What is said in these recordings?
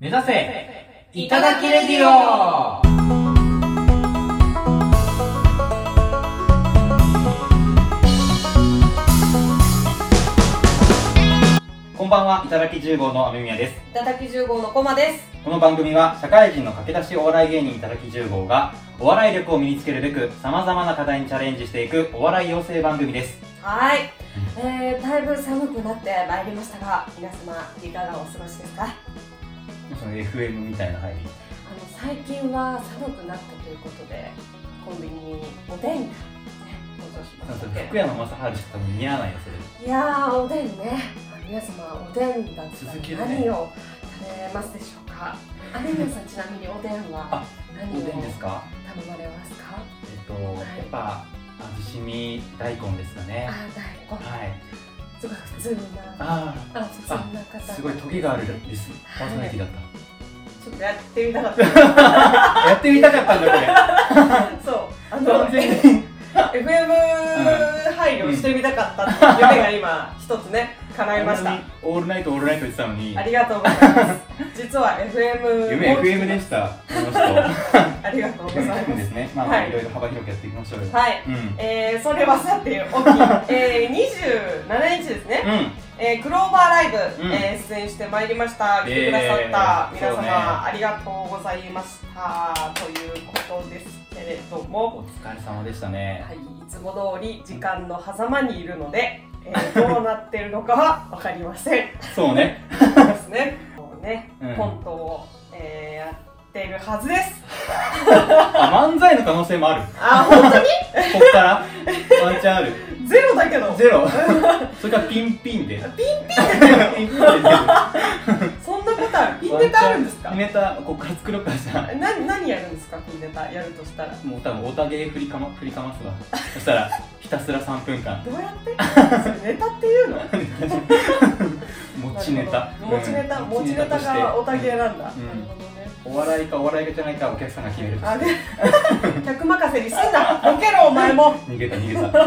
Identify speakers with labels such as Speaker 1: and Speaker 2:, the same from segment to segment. Speaker 1: 目指せいただきレディオこんばんはいただき10号の雨宮です
Speaker 2: いただき10号のコマです。
Speaker 1: この番組は社会人の駆け出しお笑い芸人いただき10号がお笑い力を身につけるべくさまざまな課題にチャレンジしていくお笑い養成番組です
Speaker 2: はい、えー、だいぶ寒くなってまいりましたが、皆様いかがお過ごしですか。あの
Speaker 1: その FM みたいな入り
Speaker 2: 最近は寒くなったということで、コンビニにおでんが、ね、登場しましたけ
Speaker 1: 福山雅治多分似合わないよそれ
Speaker 2: ど。いやー、おでんね、皆様おでんだったら
Speaker 1: 続けるね
Speaker 2: 何を食べますでしょうか。アレナさんちなみにおでんは
Speaker 1: あ
Speaker 2: 何
Speaker 1: お
Speaker 2: を
Speaker 1: でん
Speaker 2: 頼
Speaker 1: ですか
Speaker 2: まれますか。
Speaker 1: えっと、やっぱ味しみ大根ですかね
Speaker 2: あ、大根、
Speaker 1: はい
Speaker 2: すごい普通な、
Speaker 1: あ
Speaker 2: あ、普通な方。
Speaker 1: あすごいトゲがあるリスパーソナリティだっ
Speaker 2: ちょっとやってみたかった。
Speaker 1: た、 やってみたかったんだ
Speaker 2: そう、あ
Speaker 1: これ完
Speaker 2: の、
Speaker 1: 全に
Speaker 2: FM 配慮してみたかったっていう夢が今、一つね、叶いまし
Speaker 1: あん
Speaker 2: た
Speaker 1: なに。オールナイトオールナイト言ってたのに
Speaker 2: ありがとうございます。実は FM
Speaker 1: 夢 FM でしたこ の人
Speaker 2: ありがとうござい
Speaker 1: FM
Speaker 2: ま。
Speaker 1: ですすねまあまあ
Speaker 2: はい
Speaker 1: いろいろ幅広くやっていきましょうよ
Speaker 2: はい。
Speaker 1: うんうん
Speaker 2: えー、それはさておき、えー、27日ですね、えー、クローバーライブ、
Speaker 1: うん
Speaker 2: えー出演してまいりました、来てくださった皆様、
Speaker 1: えーそうね
Speaker 2: ありがとうございましたということですけれども、
Speaker 1: お疲れ様でしたね
Speaker 2: はい、いつも通り時間の狭間にいるので、えーどうなってるのかは分かりません
Speaker 1: そうね
Speaker 2: ですね。もうね、
Speaker 1: うん
Speaker 2: コントを、えーやっているはずです。
Speaker 1: あ漫才の可能性もある
Speaker 2: あ、本当
Speaker 1: こっからワンチャンある
Speaker 2: にゼロだけど、
Speaker 1: ゼロ それからピンピンで
Speaker 2: ピンピンでゼロ
Speaker 1: ピンピンでゼロ
Speaker 2: そんなことあるピンネタあるんですか
Speaker 1: ピンネタこっから作ろうかじゃあ
Speaker 2: な何やるんですか、ピンネタやるとしたら。
Speaker 1: もう多分おたげ振りかま振りかますわそしたらひたすら3分間
Speaker 2: どうやって それネタっていうの
Speaker 1: 持ちネタ
Speaker 2: なるほど持ちネタ、
Speaker 1: うん
Speaker 2: 持ちネタ
Speaker 1: として
Speaker 2: がおたげなんだ。
Speaker 1: うん
Speaker 2: なるほどね。
Speaker 1: お笑いかお笑いじゃないかはお客さんが決めると
Speaker 2: あ
Speaker 1: して
Speaker 2: れ 客任せにすんなボケろお前も
Speaker 1: 逃げた逃げ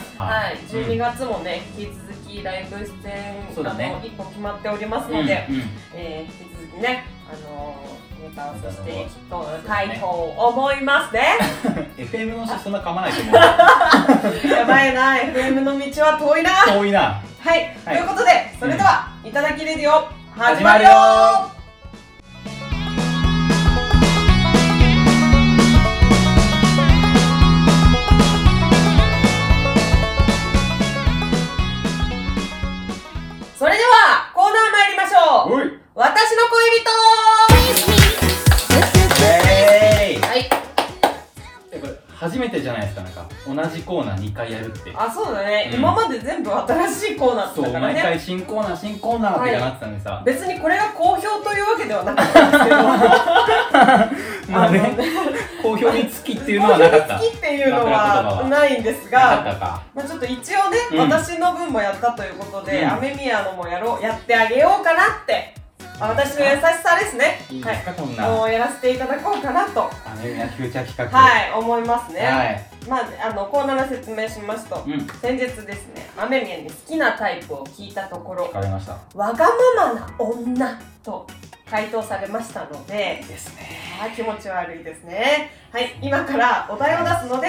Speaker 1: た
Speaker 2: はい、12
Speaker 1: 月
Speaker 2: 月もね、引き続きライブ出演
Speaker 1: そうだね
Speaker 2: あの一個決まっておりますので、えー引き続きね、あのー、ネタをしていきたいと思いま すね。
Speaker 1: FM の人そんな噛まないと思う
Speaker 2: やばいな、FM の道は遠いな。はい、
Speaker 1: 遠いなはい
Speaker 2: ということで、それでは、いただきレディオ、始まるよそれでは、コーナー参りましょう
Speaker 1: おい
Speaker 2: 私の恋人
Speaker 1: イエーイ
Speaker 2: はい。
Speaker 1: えこれ初めてじゃないですかなんか同じコーナー2回やるって
Speaker 2: あ、そうだね、
Speaker 1: うん
Speaker 2: 今まで全部新しいコーナーだった
Speaker 1: そう
Speaker 2: から
Speaker 1: 毎
Speaker 2: ね。
Speaker 1: 回新コーナー新コーナーってなってたのにさ、
Speaker 2: 別にこれが好評というわけではなかったんですけど。
Speaker 1: まあ
Speaker 2: あの
Speaker 1: ね好評につきっていうのはなかった
Speaker 2: 好きっていうの
Speaker 1: 枕言葉
Speaker 2: は
Speaker 1: は
Speaker 2: ないんです
Speaker 1: なか
Speaker 2: が、
Speaker 1: ったか
Speaker 2: まあ、ちょっと一応ね、
Speaker 1: うん
Speaker 2: 私の分もやったということで、
Speaker 1: うん
Speaker 2: アメミヤのもやろう、やってあげようかなって、あ私の優しさですね。
Speaker 1: いいで
Speaker 2: は
Speaker 1: す
Speaker 2: い。
Speaker 1: か、こんな
Speaker 2: もうやらせていただこうかなと、
Speaker 1: アメリカフューチャー企画
Speaker 2: はい、思いますね。
Speaker 1: はい
Speaker 2: まあ、あの、コーナーの説明しますと、
Speaker 1: うん
Speaker 2: 先日ですね、アメミヤに好きなタイプを聞いたところ
Speaker 1: わ、かりました
Speaker 2: わがままな女と回答されましたので、
Speaker 1: ですね
Speaker 2: あー気持ち悪いですねはい今からお題を出すので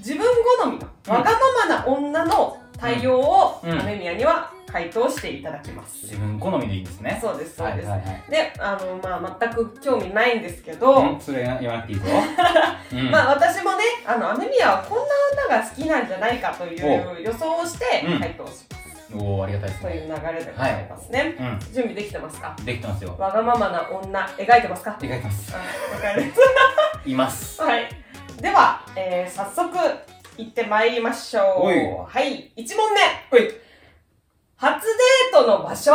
Speaker 2: 自分好みの
Speaker 1: うん
Speaker 2: わがままな女の対応を
Speaker 1: うん
Speaker 2: 雨宮には回答していただきます、
Speaker 1: 自分好みでいいんですね
Speaker 2: そうですそう
Speaker 1: はい
Speaker 2: です、
Speaker 1: はいはい
Speaker 2: であのまあ全く興味ないんですけ
Speaker 1: うん
Speaker 2: ど、
Speaker 1: それ言わなくていい ぞ、うん
Speaker 2: まあ私もねあの雨宮はこんな女が好きなんじゃないかという予想をして
Speaker 1: うん
Speaker 2: 回答しま
Speaker 1: おおありがたいです
Speaker 2: すという
Speaker 1: ね
Speaker 2: 流れでございますね、
Speaker 1: う
Speaker 2: 準備できてますか
Speaker 1: んできてますよ
Speaker 2: わがままな女描いてますか
Speaker 1: でかいてます
Speaker 2: あわかる
Speaker 1: います
Speaker 2: はい。では、えー、早速行ってまいりましょう。
Speaker 1: おい
Speaker 2: はい。一問目。
Speaker 1: おい
Speaker 2: 初デートの場所。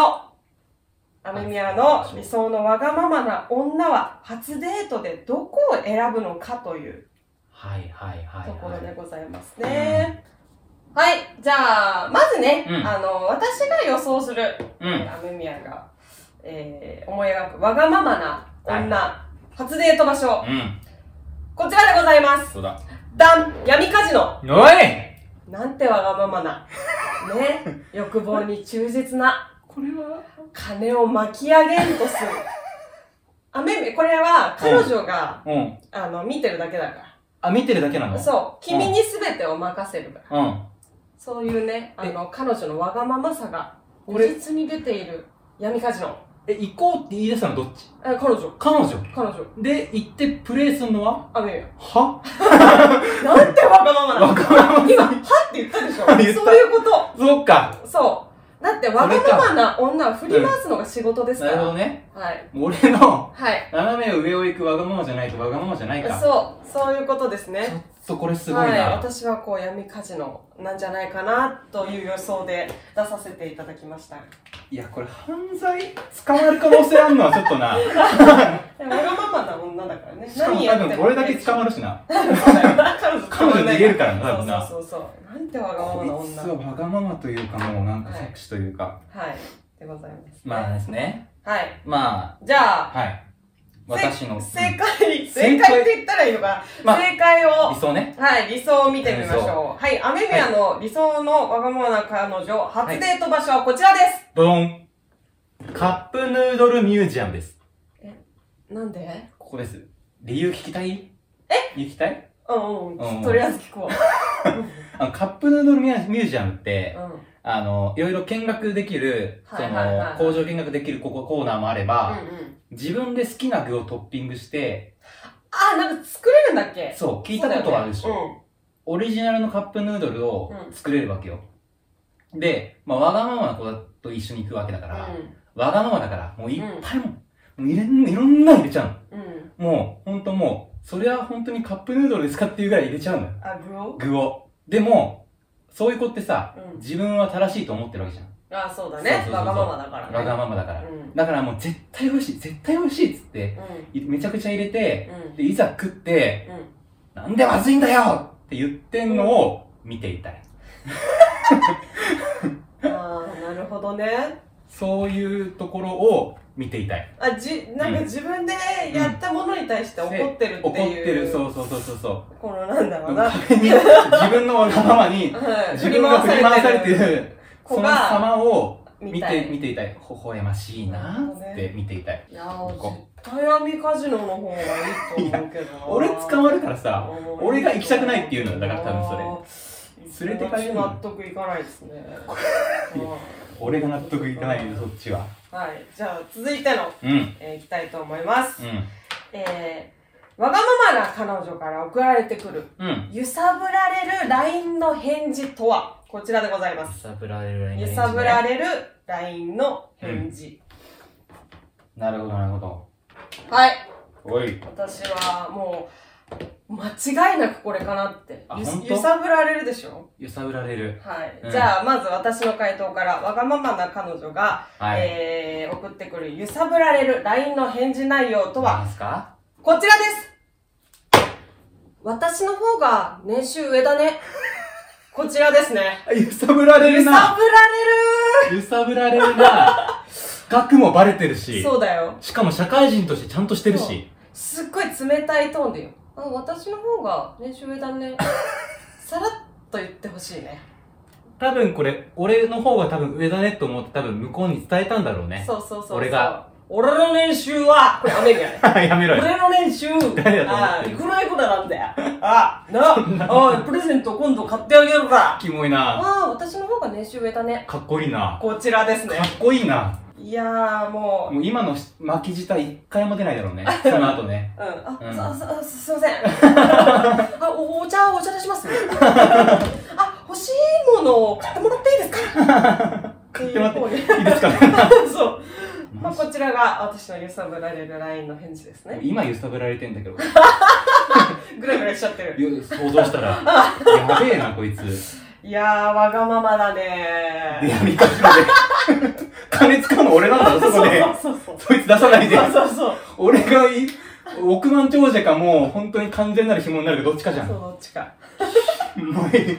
Speaker 2: アメミヤの理想のわがままな女は初デートでどこを選ぶのかという
Speaker 1: はいはいはい
Speaker 2: ところで
Speaker 1: は
Speaker 2: ございますね。はい。じゃあ、まずね、
Speaker 1: うん
Speaker 2: あの、私が予想する、
Speaker 1: いうん
Speaker 2: アメミヤが、えー、思い描くわがままな女、初デート場所、
Speaker 1: うん
Speaker 2: こちらでございます。
Speaker 1: そうだ
Speaker 2: ダン闇カジノ
Speaker 1: おい
Speaker 2: なんてわがままな。 ね。欲望に忠実な。
Speaker 1: これは
Speaker 2: 金を巻き上げんとする。あめみ、これは彼女が、
Speaker 1: うん。
Speaker 2: あの、見てるだけだか
Speaker 1: あ、見てるだけなの
Speaker 2: ら。そう。君に全てを任せるから。
Speaker 1: う。ん。
Speaker 2: そういうね、あの、彼女のわがままさが、
Speaker 1: こ
Speaker 2: 如
Speaker 1: れ
Speaker 2: 実に出ている闇カジノ。
Speaker 1: え、行こうって言い出したのどっち
Speaker 2: え、彼女。
Speaker 1: 彼女。
Speaker 2: 彼女。
Speaker 1: で、行ってプレイするのは
Speaker 2: あ めみよ。
Speaker 1: は
Speaker 2: なんてわがままなの
Speaker 1: わがまま
Speaker 2: 今、はって言ったでしょ
Speaker 1: 言った
Speaker 2: そういうこ
Speaker 1: そっか。
Speaker 2: と。そう。だって、わがままな女を振り回すのが仕事です
Speaker 1: な
Speaker 2: か
Speaker 1: るほ
Speaker 2: ら。
Speaker 1: どね。
Speaker 2: はい。
Speaker 1: 俺の、
Speaker 2: はい。
Speaker 1: 斜め上を行くわがままじゃないとわがままじゃないか。
Speaker 2: そう。そういうことですね
Speaker 1: ちょ。っとこれすごい
Speaker 2: はい、
Speaker 1: な。
Speaker 2: 私はこう闇カジノなんじゃないかなという予想で出させていただきました。
Speaker 1: いや、これ犯罪捕まる可能性あるのはちょっとな。
Speaker 2: でもわがままな女だからね。
Speaker 1: しかも多分俺だけ捕まるしな。
Speaker 2: 彼
Speaker 1: 彼女逃げるからな、多
Speaker 2: そう
Speaker 1: 分な。
Speaker 2: そうそうそう。なんてわがままな
Speaker 1: こいつ
Speaker 2: 女。
Speaker 1: は
Speaker 2: はい。
Speaker 1: わがままというかもうなんか
Speaker 2: はい
Speaker 1: 搾取というか、
Speaker 2: でございます。
Speaker 1: まあですね
Speaker 2: はい。
Speaker 1: ま
Speaker 2: じゃ
Speaker 1: あ
Speaker 2: あ、
Speaker 1: はい
Speaker 2: せ
Speaker 1: 私の
Speaker 2: 正解、正
Speaker 1: 正解
Speaker 2: 解って言ったらいいのか
Speaker 1: うん
Speaker 2: な。
Speaker 1: まあ
Speaker 2: 正解を
Speaker 1: 理。想ね
Speaker 2: はい、理想を見てみましょう。はい、アメミアの理想のわがままな彼女、初デート場所はこちらです。
Speaker 1: ドドンカップヌードルミュージアムです
Speaker 2: なんで
Speaker 1: ここです理由聞きたいえ聞きたい
Speaker 2: うん
Speaker 1: う
Speaker 2: うんん、とりあえず聞 こう。
Speaker 1: あのカップヌードルミュミュージアムって、
Speaker 2: うんうん
Speaker 1: あのいろいろ見学できる、
Speaker 2: はいはいはいはい
Speaker 1: その工場見学できるここコーナーもあれば、自分で好きな具をトッピングして
Speaker 2: あ、なんか作れるんだっけ
Speaker 1: そう聞いたことはあるでしょ、
Speaker 2: そうだよね
Speaker 1: オリジナルのカップヌードルを作れるわけよ。で、まあ、わがままな子と一緒に行くわけだから、わがままだから、もういっぱいも、ういれん、いろんなの入れちゃう
Speaker 2: うん。うん。うん。
Speaker 1: の。もう、ほんともう、それは本当にカップヌードルですかっていうぐらい入れちゃうのよ。
Speaker 2: あ、具を
Speaker 1: 具を。でも、そういう子ってさ、
Speaker 2: うん。
Speaker 1: 自分は正しいと思ってるわけじゃ
Speaker 2: あ、そう
Speaker 1: そう
Speaker 2: だ
Speaker 1: そう
Speaker 2: ね
Speaker 1: そ。うそう
Speaker 2: わがままだから
Speaker 1: ん。
Speaker 2: ね。
Speaker 1: わがままだから。だからもう絶対美味しい、絶対美味しいっつって、
Speaker 2: うん。うん。
Speaker 1: いめちゃくちゃ入れて、
Speaker 2: うん。
Speaker 1: で、いざ食って、
Speaker 2: うん。
Speaker 1: なんでまずいんだよって言ってんのを見ていたい。
Speaker 2: あーなるほどね。
Speaker 1: そういうところを見ていたい。
Speaker 2: あ、じ、なんか
Speaker 1: うん
Speaker 2: 自分でやったものに対して怒ってるっていう。。
Speaker 1: 怒ってる、そううそうそうそうそう。
Speaker 2: このなんだろうな。
Speaker 1: 壁に、自分のわがまま に、
Speaker 2: はい
Speaker 1: 自分が振り回されて
Speaker 2: 振り回され
Speaker 1: る、その
Speaker 2: 子が
Speaker 1: 様を見
Speaker 2: 見たい。
Speaker 1: て、見ていたい。微笑ましいなーって見ていたい。
Speaker 2: いやー、絶対闇カジノの方がいいと思うけどな。
Speaker 1: 俺捕まるからさ、俺が行きたくないっていうのよだから多分
Speaker 2: そ
Speaker 1: れ連れてかれるの
Speaker 2: 納得いかないですね。
Speaker 1: 俺が納得いかないよ、そっちは。
Speaker 2: はい、じゃあ続いての、
Speaker 1: うん、うん。
Speaker 2: えーいきたいと思います。えー、わがままな彼女から送られてくる
Speaker 1: うん。
Speaker 2: 揺さぶられる LINE の返事とはこちらでございます。
Speaker 1: さぶられる
Speaker 2: 揺さぶら
Speaker 1: れ
Speaker 2: れる LINE の返事。
Speaker 1: なるほど、なるほど。
Speaker 2: はい、
Speaker 1: おい。
Speaker 2: 私はもう間違いなくこれかなって
Speaker 1: あ
Speaker 2: ゆ
Speaker 1: 本当
Speaker 2: 揺さぶられるでしょ
Speaker 1: 揺さぶられる。
Speaker 2: はい、
Speaker 1: うん
Speaker 2: じゃあまず私の回答からわがままな彼女が、
Speaker 1: はい。
Speaker 2: えー送ってくる揺さぶられる LINE の返事内容とは
Speaker 1: 何すか
Speaker 2: こちらです私の方が年収上だねこちらですね
Speaker 1: あ揺さぶられ
Speaker 2: 揺
Speaker 1: る
Speaker 2: さ
Speaker 1: な。
Speaker 2: ぶら
Speaker 1: 揺さぶられるな。額もバレてる
Speaker 2: れる
Speaker 1: し、
Speaker 2: そうだよ
Speaker 1: しかも社会人としてちゃんとしてるし。
Speaker 2: すっごい冷たいトーンでよあ私の方が年収上だ ねさらっと言ってほしいね
Speaker 1: 多分これ、俺の方が多分上だねと思って多分向こうに伝えたんだろうね。
Speaker 2: そうそうそうそう
Speaker 1: 俺が
Speaker 2: 俺の年収はこれアメリ カね
Speaker 1: やめろよ。
Speaker 2: 俺の練習
Speaker 1: 誰だと思
Speaker 2: あ
Speaker 1: っ
Speaker 2: あ
Speaker 1: て
Speaker 2: い
Speaker 1: る
Speaker 2: くらいくらなんだよああなああプレゼント今度買ってあげるから
Speaker 1: キモいな。
Speaker 2: ああ私の方が年収上だね
Speaker 1: かっこいいな。
Speaker 2: こちらです
Speaker 1: かっこいいな。
Speaker 2: いやーもう
Speaker 1: もう今のし巻き舌一回も出ないだろうね。その後ね。
Speaker 2: うん、あ、
Speaker 1: うん
Speaker 2: ささすすいません あおお茶お茶出します あ欲しいものを買ってもらっていいですか
Speaker 1: 買ってもらって
Speaker 2: ていう方
Speaker 1: いいですか
Speaker 2: にそう、まあ、こちらが私の揺さぶられる LINE の返事ですね
Speaker 1: 今揺さぶられてんだけど。
Speaker 2: ぐらぐらしちゃってる
Speaker 1: 想像したら、やべえな、こいつ。
Speaker 2: いやーわがままだ
Speaker 1: で、
Speaker 2: ね
Speaker 1: やみかしらで。 金使うの俺なんだろ、そこで。
Speaker 2: そうそうそう
Speaker 1: そいつ出さないで。
Speaker 2: そうそうそう。
Speaker 1: 俺がい、億万長者かもう本当に完全なる紐になるかどっちかじゃん。
Speaker 2: そう
Speaker 1: も
Speaker 2: どっちか。
Speaker 1: ういい。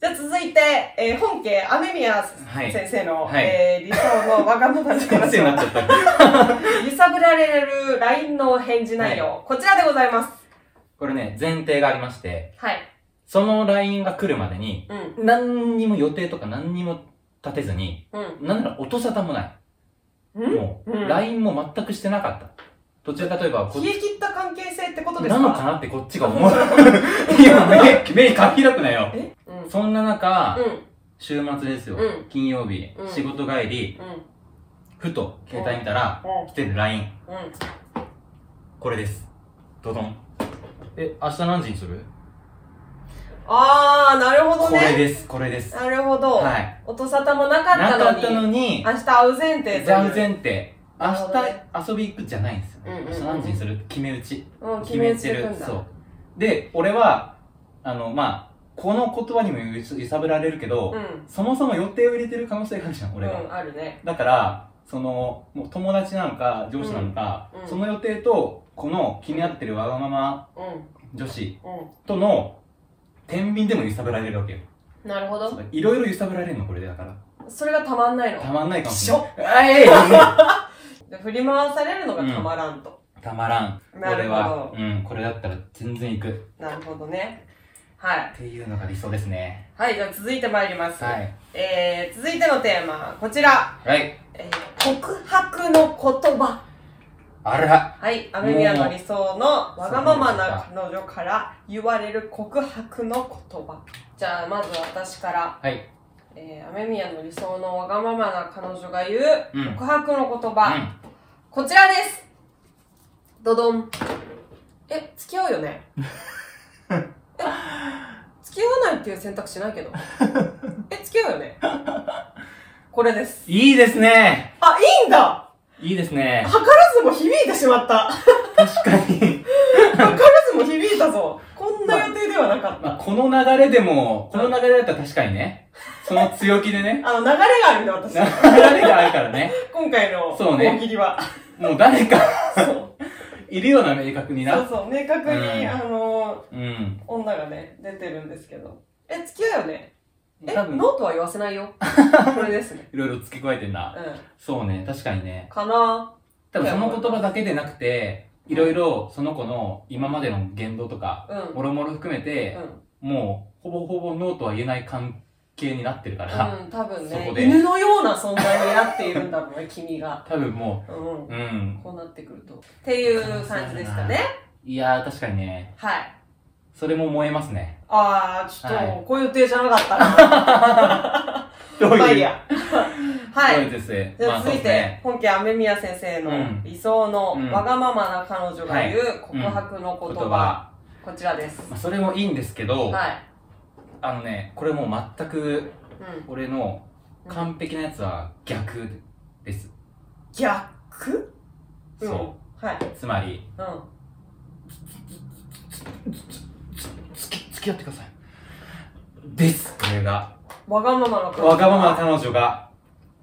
Speaker 2: じゃあ続いて、えー本家、雨宮
Speaker 1: はい
Speaker 2: 先生の、
Speaker 1: はい
Speaker 2: えー理想のわがままな
Speaker 1: 先
Speaker 2: 話
Speaker 1: 生にな
Speaker 2: を
Speaker 1: っちゃった。
Speaker 2: 揺さぶられる LINE の返事内容、こちらでございます。
Speaker 1: これね、前提がありまして、
Speaker 2: はい。
Speaker 1: その LINE が来るまでに、
Speaker 2: うん。
Speaker 1: 何にも予定とか何にも立てずに、
Speaker 2: うん。
Speaker 1: なんなら音沙汰もない。
Speaker 2: うん
Speaker 1: も
Speaker 2: う
Speaker 1: う、
Speaker 2: ん
Speaker 1: LINE も全くしてなかった。どちらかといえば、こっ
Speaker 2: 冷え切った関係性ってこと
Speaker 1: ち
Speaker 2: です
Speaker 1: な
Speaker 2: か
Speaker 1: のかなってこっちが思う。 いや、目、目かき開くなよ。
Speaker 2: えうん。
Speaker 1: そんな中、
Speaker 2: うん。
Speaker 1: 週末ですよ。
Speaker 2: うん
Speaker 1: 金曜日、
Speaker 2: うん
Speaker 1: 仕事帰り、
Speaker 2: うん。
Speaker 1: ふと携帯見たら、来てる LINE。これです。ドドン。え、明日何時にする
Speaker 2: あー、なるほ
Speaker 1: こ
Speaker 2: ど
Speaker 1: れ
Speaker 2: ね。
Speaker 1: です、これです。
Speaker 2: なるほど。
Speaker 1: はい。
Speaker 2: 音沙汰もなかった
Speaker 1: な
Speaker 2: の
Speaker 1: か
Speaker 2: に。
Speaker 1: ったのに、
Speaker 2: 明日会う前提
Speaker 1: じゃあ
Speaker 2: という
Speaker 1: 前提。明
Speaker 2: なるほどね
Speaker 1: 日遊び行くじゃないんですよね。
Speaker 2: うんうんうん
Speaker 1: 明日何時にする決め打ち。
Speaker 2: うん、決めてるんだ。
Speaker 1: そう。で、俺は、あの、まあ、この言葉にも揺す揺さぶられるけど、
Speaker 2: うん。
Speaker 1: そもそも予定を入れてる可能性があるじゃん、
Speaker 2: う
Speaker 1: 俺が。
Speaker 2: ん、あるね。
Speaker 1: だから、その、もう友達なのか、上司なのか、
Speaker 2: うんうん
Speaker 1: その予定と、この気に合ってるわがまま
Speaker 2: うん。
Speaker 1: 女子
Speaker 2: う
Speaker 1: との、天秤でも揺さぶられるわけよ。
Speaker 2: ん。なるほど。
Speaker 1: いろいろ揺さぶられるの、これでだから。
Speaker 2: それがたまんない
Speaker 1: た
Speaker 2: の。
Speaker 1: まんないかもしれない。あ
Speaker 2: で振り回されるのがたまらんと。
Speaker 1: えいたまらん。
Speaker 2: なる
Speaker 1: 俺は
Speaker 2: ほ、
Speaker 1: うん、これだったら全然行く。
Speaker 2: ど。なるほどね。はい。
Speaker 1: っていうのが理想ですね。
Speaker 2: はい、じゃあ続いてまいります。
Speaker 1: はい。
Speaker 2: えー、続いてのテーマ、こちら。
Speaker 1: はい。
Speaker 2: えー、告白の言葉。
Speaker 1: あら。
Speaker 2: はい、アメミヤの理想のわがままな彼女から言われる告白の言葉。じゃあ、まず私から、
Speaker 1: はい。
Speaker 2: えー、アメミヤの理想のわがままな彼女が言う
Speaker 1: うん。うん。
Speaker 2: 告白の言葉。こちらですドドン。え、付き合うよねえ、付き合わないっていう選択肢ない けど。え、付き合うよねこれです。
Speaker 1: いいですね。
Speaker 2: あ、いいんだ
Speaker 1: いいですね。
Speaker 2: 図らずも響いてしまった。
Speaker 1: 確かに。
Speaker 2: 図らずも響いたぞ。こんな予定ではなかっ
Speaker 1: まあ、
Speaker 2: た。
Speaker 1: この流れでも、この流れだったら確かにね。その強気でね。
Speaker 2: あの、流れがあるんだ、私
Speaker 1: 流。れがあるからね。
Speaker 2: 今回の
Speaker 1: そうね
Speaker 2: 大喜利は。
Speaker 1: もう誰か
Speaker 2: そう,、
Speaker 1: いるような明確に
Speaker 2: そう
Speaker 1: な。
Speaker 2: そう明確
Speaker 1: う
Speaker 2: に、
Speaker 1: ん
Speaker 2: あの、
Speaker 1: うん。
Speaker 2: 女がね、出てるんですけど。え、付き合うよねえ、
Speaker 1: 多
Speaker 2: ノ
Speaker 1: 分、
Speaker 2: ートは言わせな いよ。これですね。
Speaker 1: いろいろ付け加えてん
Speaker 2: う
Speaker 1: な。
Speaker 2: ん。
Speaker 1: そうね、確かにね。
Speaker 2: かな
Speaker 1: 多分その言葉だけでなくて、いろいろその子の今までの言動とか、
Speaker 2: うん。うん。
Speaker 1: もろもろ含めて、もう、ほぼほぼノーとは言えない関係になってるから、
Speaker 2: うん、多分
Speaker 1: そ
Speaker 2: ね
Speaker 1: こ、で
Speaker 2: 犬のような存在になっているんだろうね、 君が。
Speaker 1: 多分も
Speaker 2: うん
Speaker 1: う、。うん。
Speaker 2: こうなってくると。っていう感じですかね。
Speaker 1: いやー、確かにね、
Speaker 2: はい。
Speaker 1: それも燃えますね。
Speaker 2: あー、ちょっと、
Speaker 1: はい
Speaker 2: こういう予定じゃなかっ たな。
Speaker 1: どう
Speaker 2: まあいい
Speaker 1: いう、
Speaker 2: や。は
Speaker 1: どうい
Speaker 2: い。
Speaker 1: うですね。
Speaker 2: じゃ
Speaker 1: ま
Speaker 2: あ
Speaker 1: あそう
Speaker 2: 続
Speaker 1: で
Speaker 2: い
Speaker 1: す
Speaker 2: て
Speaker 1: ね、
Speaker 2: 本家雨宮先生
Speaker 1: う
Speaker 2: の
Speaker 1: ん
Speaker 2: 理想の
Speaker 1: うん
Speaker 2: わがままな彼女が言う告白の
Speaker 1: 言
Speaker 2: 言
Speaker 1: 葉。
Speaker 2: 葉、こちらです。
Speaker 1: まあ、それもいいんですけど、
Speaker 2: はい。
Speaker 1: あのね、これもう全く
Speaker 2: うん。
Speaker 1: 俺の完璧なやつは逆です。
Speaker 2: 逆うん
Speaker 1: そ
Speaker 2: はい。
Speaker 1: う。つまり、
Speaker 2: うん。
Speaker 1: 付き、付き合ってください。です。これが。
Speaker 2: わがままの
Speaker 1: わがままな彼女が。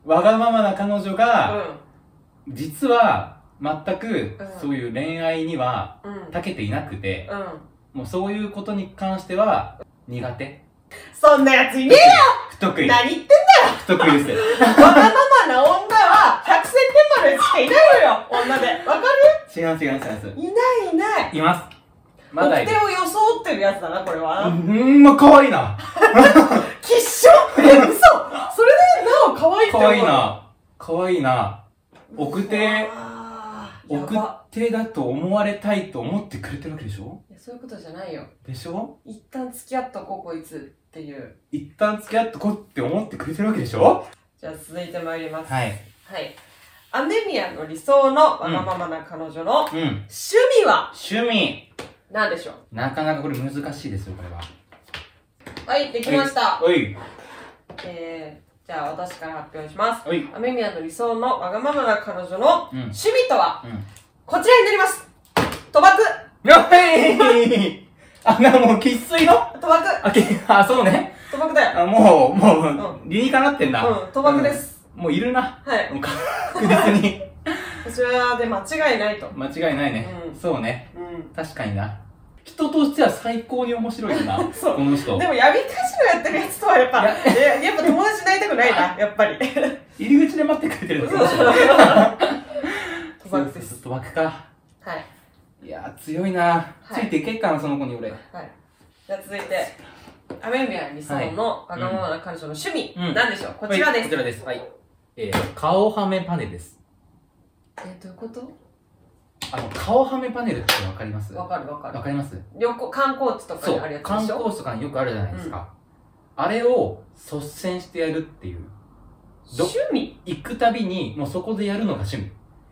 Speaker 1: わがままな彼女が、実は、全く
Speaker 2: うん、
Speaker 1: そういう恋愛には、
Speaker 2: うん。うん。
Speaker 1: 長けていなくて、
Speaker 2: うん。
Speaker 1: もうそういうことに関しては、苦手。
Speaker 2: そんなやついね
Speaker 1: 不得
Speaker 2: え
Speaker 1: 意。
Speaker 2: 何言って
Speaker 1: 不得意です。
Speaker 2: んのわがままな女は、百戦点までしかいないのよ、女で。わか
Speaker 1: 違う違う違う
Speaker 2: るいないいない。
Speaker 1: 違う。います。まだいる
Speaker 2: 手。を装ってるやつだな、これ
Speaker 1: う
Speaker 2: は。
Speaker 1: ん、まあ、可愛いな。
Speaker 2: きっしょえ、嘘それで、なお可愛いって思
Speaker 1: 可
Speaker 2: う。
Speaker 1: 愛い。な。可愛いな。奥手。
Speaker 2: あーや
Speaker 1: 奥
Speaker 2: ば。
Speaker 1: 手だと思われたいと思ってくれてるわけでしょ
Speaker 2: いやそういうことじゃないよ。
Speaker 1: でしょ
Speaker 2: 一旦付き合っとこう、こいつ。っていう。
Speaker 1: 一旦付き合ってこって思ってくれてるわけでしょ
Speaker 2: じゃあ、続いてまいります。
Speaker 1: はい。
Speaker 2: はい。アネミアの理想のわがままな彼女の趣
Speaker 1: うん。
Speaker 2: 味は
Speaker 1: 趣味。
Speaker 2: 何でしょう
Speaker 1: なかなかこれ難しいですよ、これは。
Speaker 2: はい、できました。
Speaker 1: おい。
Speaker 2: えー、じゃあ私から発表します。
Speaker 1: おい。
Speaker 2: アメミヤの理想のわがままな彼女の
Speaker 1: うん。
Speaker 2: 趣味とは、
Speaker 1: うん
Speaker 2: こちらになります賭博
Speaker 1: やっべいあ、な、もう、喫水の
Speaker 2: 賭博
Speaker 1: あ、け、あ、そうね。
Speaker 2: 賭博だよ。
Speaker 1: あ、もう、もう、理にかなってん
Speaker 2: うん
Speaker 1: な。、
Speaker 2: 賭博です。
Speaker 1: うん。もういるな。
Speaker 2: はい。
Speaker 1: もう確実 に。
Speaker 2: こちらで間違いないと。
Speaker 1: 間違いないね。
Speaker 2: うん
Speaker 1: そうね。
Speaker 2: うん。
Speaker 1: 確かにな。人としては最高に面白いよな、こ
Speaker 2: そう
Speaker 1: の人
Speaker 2: で。も闇カジノやってるやつとはやっぱ、ややっぱ友達になりた くないな、やっぱり。
Speaker 1: 入り口で待ってくれてるんですよ。
Speaker 2: 賭博です。
Speaker 1: す。賭博か。
Speaker 2: はい。
Speaker 1: いやー、強いな。
Speaker 2: はい
Speaker 1: ついていけっかな、その子に俺。
Speaker 2: はい。じゃあ続いて、アメミヤの理想のわがままな彼女の趣味、
Speaker 1: うん
Speaker 2: 何でしょうこちらで
Speaker 1: はいこ
Speaker 2: す。
Speaker 1: ちらです。はい。えー、顔はめパネです。
Speaker 2: え、どういうこと
Speaker 1: あの、顔はめパネルってわかります
Speaker 2: わ
Speaker 1: わ
Speaker 2: かるわかる。
Speaker 1: かります
Speaker 2: 旅行、観光地とか
Speaker 1: そ
Speaker 2: にあるや
Speaker 1: う、
Speaker 2: つで
Speaker 1: 観
Speaker 2: しょ
Speaker 1: 光地とかによくあるじゃないですか。あれを率先してやるっていう。ど
Speaker 2: 趣味
Speaker 1: 行くたびに、もうそこでやるのが趣味。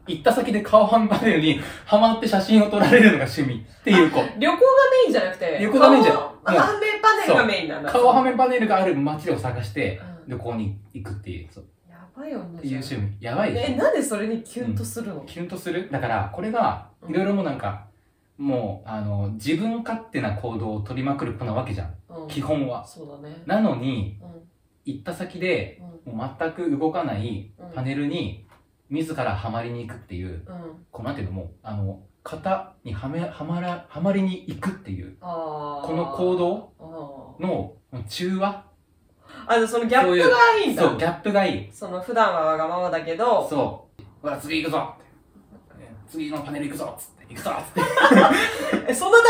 Speaker 1: 行った先で顔半端ないのに、ハマって写真を撮られるのが趣味っていう 子。
Speaker 2: 旅行がメインじゃなくて、
Speaker 1: 旅行がメインじゃない
Speaker 2: 顔はめパネルがメインなんだ。
Speaker 1: 顔はめパネルがある街を探して、
Speaker 2: うん
Speaker 1: 旅行に行くっていう、そう
Speaker 2: やばい女
Speaker 1: いう
Speaker 2: じゃん。
Speaker 1: 趣味。やばいでし
Speaker 2: え、なんでそれにキュンとするの
Speaker 1: ょキュンとするだから、これが、いろいろもうなんか、もう、あの、自分勝手な行動を取りまくる子なわけじゃん。
Speaker 2: うん
Speaker 1: 基本は。
Speaker 2: そうだね。
Speaker 1: なのに、
Speaker 2: うん
Speaker 1: 行った先で、
Speaker 2: うん
Speaker 1: もう全く動かない
Speaker 2: うん
Speaker 1: パネルに、自らハマりに行くっていう、
Speaker 2: うん。
Speaker 1: こうなんていうのもうあの型にはめはまらはまりに行くっていう
Speaker 2: あー
Speaker 1: この行動
Speaker 2: あ
Speaker 1: のもう中和
Speaker 2: ーあの、そのギャップがいいんだ。
Speaker 1: そうギャップがいい
Speaker 2: その普段はわがままだけど、
Speaker 1: そうほら次行くぞってね次のパネル行くぞっつって行くぞっつって
Speaker 2: え、そのダミ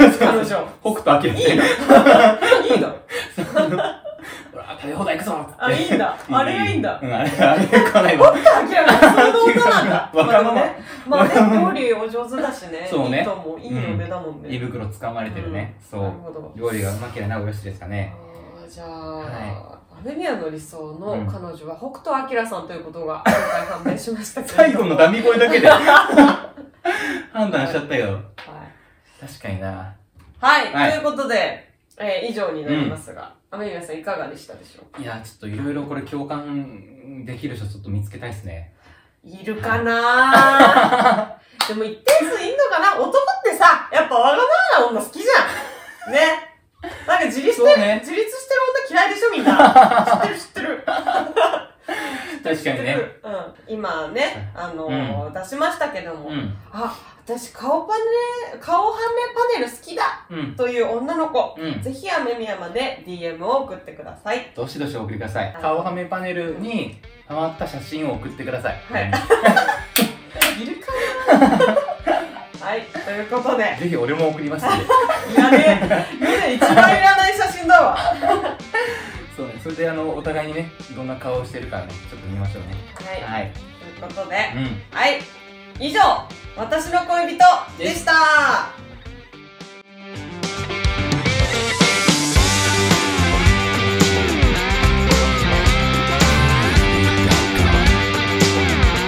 Speaker 2: 声なの彼女。
Speaker 1: 北斗晶
Speaker 2: い
Speaker 1: ね
Speaker 2: いの いいの
Speaker 1: ほら食べ放題行くぞっつって
Speaker 2: あ、いいんだ。あれがいいんだ。
Speaker 1: うんあれあれ行かない
Speaker 2: 本
Speaker 1: わ
Speaker 2: 当明らかにその音なんだ。
Speaker 1: 違うわがまま
Speaker 2: まあ
Speaker 1: わ
Speaker 2: ね、
Speaker 1: がま
Speaker 2: ま
Speaker 1: ま
Speaker 2: あね、料理お上手だしね。
Speaker 1: そうね
Speaker 2: いいと思う。いい嫁だもんね。
Speaker 1: 胃袋掴まれてるね、そ
Speaker 2: なる
Speaker 1: う
Speaker 2: ほど。
Speaker 1: 料理がうまけりゃなおよしですかね
Speaker 2: あーじゃあ、
Speaker 1: は
Speaker 2: アメミヤの理想の
Speaker 1: うん
Speaker 2: 彼女は北斗晶さんということが今回判明しましたけれ ど
Speaker 1: 最後のダミ声だ けで判断
Speaker 2: 断
Speaker 1: し
Speaker 2: し
Speaker 1: ち
Speaker 2: ち
Speaker 1: ゃ
Speaker 2: ゃ
Speaker 1: ったけど
Speaker 2: はい
Speaker 1: 確かにな
Speaker 2: はい、
Speaker 1: はい
Speaker 2: ということで、えー以上になりますが、雨宮さんいかがでしたでしょうか
Speaker 1: いや、ちょっといろいろこれ共感できる人ちょっと見つけたいですね。
Speaker 2: いるかな でも一定数いんのかな男ってさ、やっぱわがままな女好きじゃん。ね。なんか自立
Speaker 1: そ
Speaker 2: して
Speaker 1: う
Speaker 2: る、
Speaker 1: ね
Speaker 2: 自立してる女嫌いでしょみん な。知ってる知ってる。
Speaker 1: 確かにね。
Speaker 2: うん、今ね、あのー出しましたけども、
Speaker 1: うん。
Speaker 2: あ、私顔パネル、顔はめパネル好きだ
Speaker 1: うん。
Speaker 2: という女の子、
Speaker 1: うん。
Speaker 2: ぜひアメミヤまで DM を送ってください。
Speaker 1: どしどしお送りください
Speaker 2: は。い
Speaker 1: 顔はめパネルにハマった写真を送ってください。
Speaker 2: はいいるかなはい、ということで、
Speaker 1: ぜひ俺も送りますんで。
Speaker 2: いらねえ、世で一番いらない写真だわ。は
Speaker 1: そうね。それであの、お互いにね、どんな顔をしてるかね、ちょっと見ましょうね。
Speaker 2: い、
Speaker 1: はい。
Speaker 2: ということで、
Speaker 1: うん。
Speaker 2: はい、以上、私の恋人でした。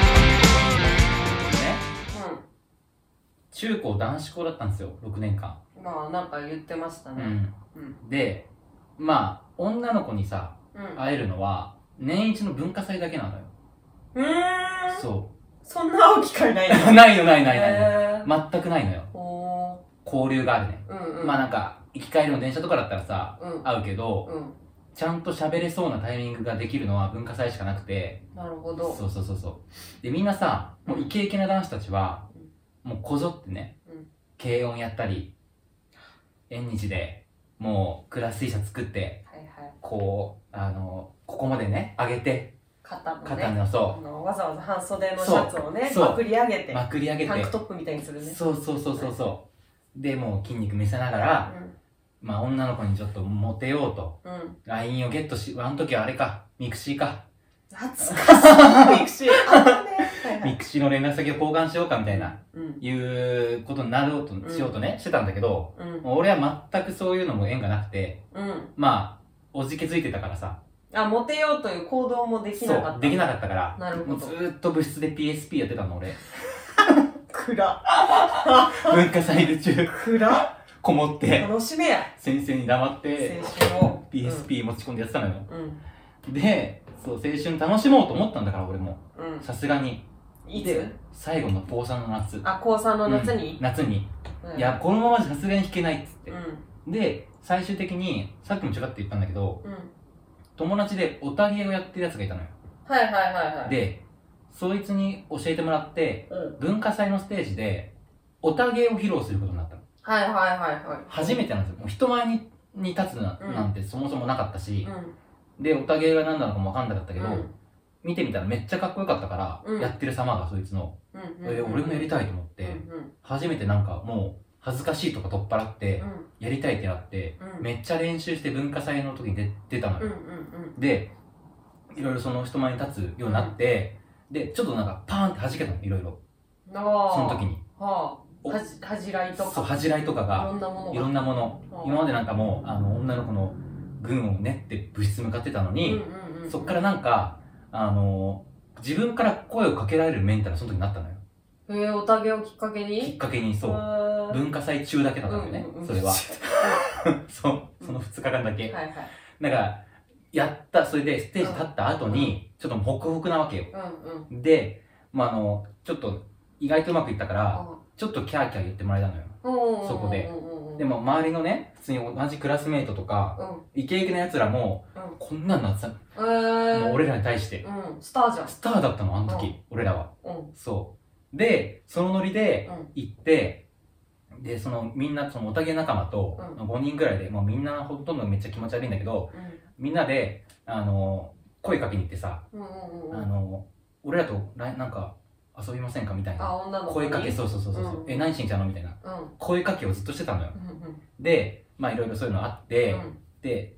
Speaker 1: ね。中高男子校だったんですよ、6年間。
Speaker 2: うん、まあなんか言ってました
Speaker 1: う
Speaker 2: ね。
Speaker 1: ん。
Speaker 2: うん、
Speaker 1: で、まあ、女の子にさ、
Speaker 2: うん、う
Speaker 1: 会えるのは、年一の文化祭だけなのよ。
Speaker 2: ーん、
Speaker 1: そ
Speaker 2: そんな会う機会ない。
Speaker 1: う。 ないよ、ないないないない。
Speaker 2: えー、
Speaker 1: 全くないのよ。
Speaker 2: おー
Speaker 1: 交流があるね、
Speaker 2: うんうん、
Speaker 1: まあなんか行き帰りの電車とかだったらさ
Speaker 2: うん、
Speaker 1: 会うけど
Speaker 2: うん、
Speaker 1: ちゃんと喋れそうなタイミングができるのは文化祭しかなくて
Speaker 2: なるほ
Speaker 1: そ
Speaker 2: ど。
Speaker 1: うそうそうそうでみんなさもうイケイケな男子たちはもうこぞってね、
Speaker 2: うん
Speaker 1: 軽音やったり縁日でもうクラス T シャツ作って
Speaker 2: はいはい。
Speaker 1: こうあのここまでね上げて
Speaker 2: 肩もね。
Speaker 1: 肩の
Speaker 2: あ
Speaker 1: そ
Speaker 2: のわざわざ半袖のシャツをね、
Speaker 1: そうそう
Speaker 2: まくり上げ
Speaker 1: う
Speaker 2: て、
Speaker 1: まくり上げて
Speaker 2: タンクトップみたいにするね。
Speaker 1: そうそうそうそうそうでもう筋肉見せながら、まあ、女の子にちょっとモテようと
Speaker 2: うん。うん。
Speaker 1: LINE をゲットし、あの時はあれか、ミクシーか、
Speaker 2: 懐かしいミクシー。あったね。はいは
Speaker 1: ミ
Speaker 2: い。
Speaker 1: クシーの連絡先を交換しようかみたいな、
Speaker 2: うん。
Speaker 1: いうことになろうと、しようとね、してたんだけど、
Speaker 2: うん。
Speaker 1: もう俺は全くそういうのも縁がなくて、
Speaker 2: うん。
Speaker 1: まあ、おじけづいてたからさ、
Speaker 2: あ、モテようという行動もできなかっ
Speaker 1: そ
Speaker 2: た。
Speaker 1: う、できなかったから、
Speaker 2: なるほど
Speaker 1: もうずーっと部室で PSP やってたの 俺。
Speaker 2: 暗。
Speaker 1: 文化祭で中、
Speaker 2: 暗。
Speaker 1: こもって、
Speaker 2: 楽しめや。
Speaker 1: 先生に黙っ
Speaker 2: 青
Speaker 1: て、
Speaker 2: 春を。
Speaker 1: PSP 持ち込んでやってたのよ。
Speaker 2: うん。うん。
Speaker 1: で、そう、青春楽しもうと思ったんだから俺も、
Speaker 2: うん。
Speaker 1: さすがに。
Speaker 2: い
Speaker 1: で
Speaker 2: つ
Speaker 1: 最後の高3の夏。
Speaker 2: あ、高3の夏に
Speaker 1: うん、夏に。
Speaker 2: うん
Speaker 1: いや、、このままじゃさすがに弾けないっつって
Speaker 2: うん。。
Speaker 1: で、最終的に、さっきもちらっと言ったんだけど、
Speaker 2: うん。
Speaker 1: 友達でオタ芸をやってるやつがいたのよ。
Speaker 2: はいはいはいはい。、
Speaker 1: で、そいつに教えてもらって、
Speaker 2: うん。
Speaker 1: 文化祭のステージで、オタ芸を披露することになったの。
Speaker 2: はいはいはいはい。
Speaker 1: 初めてなんですよ。もう人前にに立つな,、
Speaker 2: うん
Speaker 1: ん、てそもそもなかったし
Speaker 2: う、ん。
Speaker 1: で、オタ芸が何なのかもわかんなかったけど、
Speaker 2: うん
Speaker 1: 見てみたらめっちゃかっこよかったから、
Speaker 2: うん
Speaker 1: やってる様がそいつの、
Speaker 2: うん。
Speaker 1: え、俺もやり
Speaker 2: い
Speaker 1: たいと思って、
Speaker 2: うん。
Speaker 1: 初めてなんかもう、恥ずかしいとか取っ払って、
Speaker 2: うん。
Speaker 1: やりたいってなって、
Speaker 2: うん。
Speaker 1: めっちゃ練習して文化祭の時に出出たの
Speaker 2: うん
Speaker 1: よ、
Speaker 2: うんうん。
Speaker 1: でいろいろその人前に立つようになって、でちょっとなんかパーンって弾けたのいろいろ
Speaker 2: そ
Speaker 1: その時に。
Speaker 2: はあ、
Speaker 1: お
Speaker 2: はじ恥じらいと
Speaker 1: そう、
Speaker 2: か、
Speaker 1: 恥じらいとか
Speaker 2: い
Speaker 1: が、
Speaker 2: ろんなものが。
Speaker 1: いろんなもの、
Speaker 2: はあ
Speaker 1: 今までなんかもう、あの、女の子の軍を練って部室向かってたの
Speaker 2: うん
Speaker 1: に、
Speaker 2: うんうん
Speaker 1: そっからなんか、あの、自分から声をかけられるメンタルその時になったのよ。
Speaker 2: えー、おたげをきっか
Speaker 1: き
Speaker 2: け
Speaker 1: っ
Speaker 2: に
Speaker 1: かけに、そう。
Speaker 2: あー
Speaker 1: 文化祭中だけだったのよね
Speaker 2: うんうんう、ん
Speaker 1: そ れは。そう、その2日間だけ。
Speaker 2: はいはい。
Speaker 1: だから、やった、それでステージ立った後に、ちょっとホクホクなわけよ。
Speaker 2: うんうん。
Speaker 1: で、まあ、あの、ちょっと、意外とうまくいったから、ちょっとキャーキャー言ってもらえたのよ。そ
Speaker 2: そ
Speaker 1: こで。
Speaker 2: うん
Speaker 1: で、も、周りのね、普通に同じクラスメイトとか、
Speaker 2: うんうん
Speaker 1: イケイケな奴らも、
Speaker 2: うん
Speaker 1: こんなんなってたの、
Speaker 2: えー、
Speaker 1: もう俺らに対して。
Speaker 2: うん、スターじゃん。
Speaker 1: スターだったの、あの時、俺らは。
Speaker 2: うん。
Speaker 1: そう。で、そのノリで
Speaker 2: うん
Speaker 1: 行って、で、そのみんな、そのおたげ仲間と
Speaker 2: う
Speaker 1: 5人ぐらいで、もうみんなほとんどめっちゃ気持ち悪いんだけど、みんなで、あの、声かけに行ってさ、
Speaker 2: うんうんうんう
Speaker 1: あ
Speaker 2: ん。
Speaker 1: の、俺らと来なんか遊びませんかみたい
Speaker 2: あ、
Speaker 1: な。
Speaker 2: 女の子に。
Speaker 1: 声かけ、そうそうそうそう。
Speaker 2: うん
Speaker 1: え、何しに来たのみたいな。
Speaker 2: うん。うん
Speaker 1: 声かけをずっとしてたのよ。
Speaker 2: うん
Speaker 1: で、まあいろいろそういうのあっ
Speaker 2: う
Speaker 1: て、
Speaker 2: ん。
Speaker 1: で、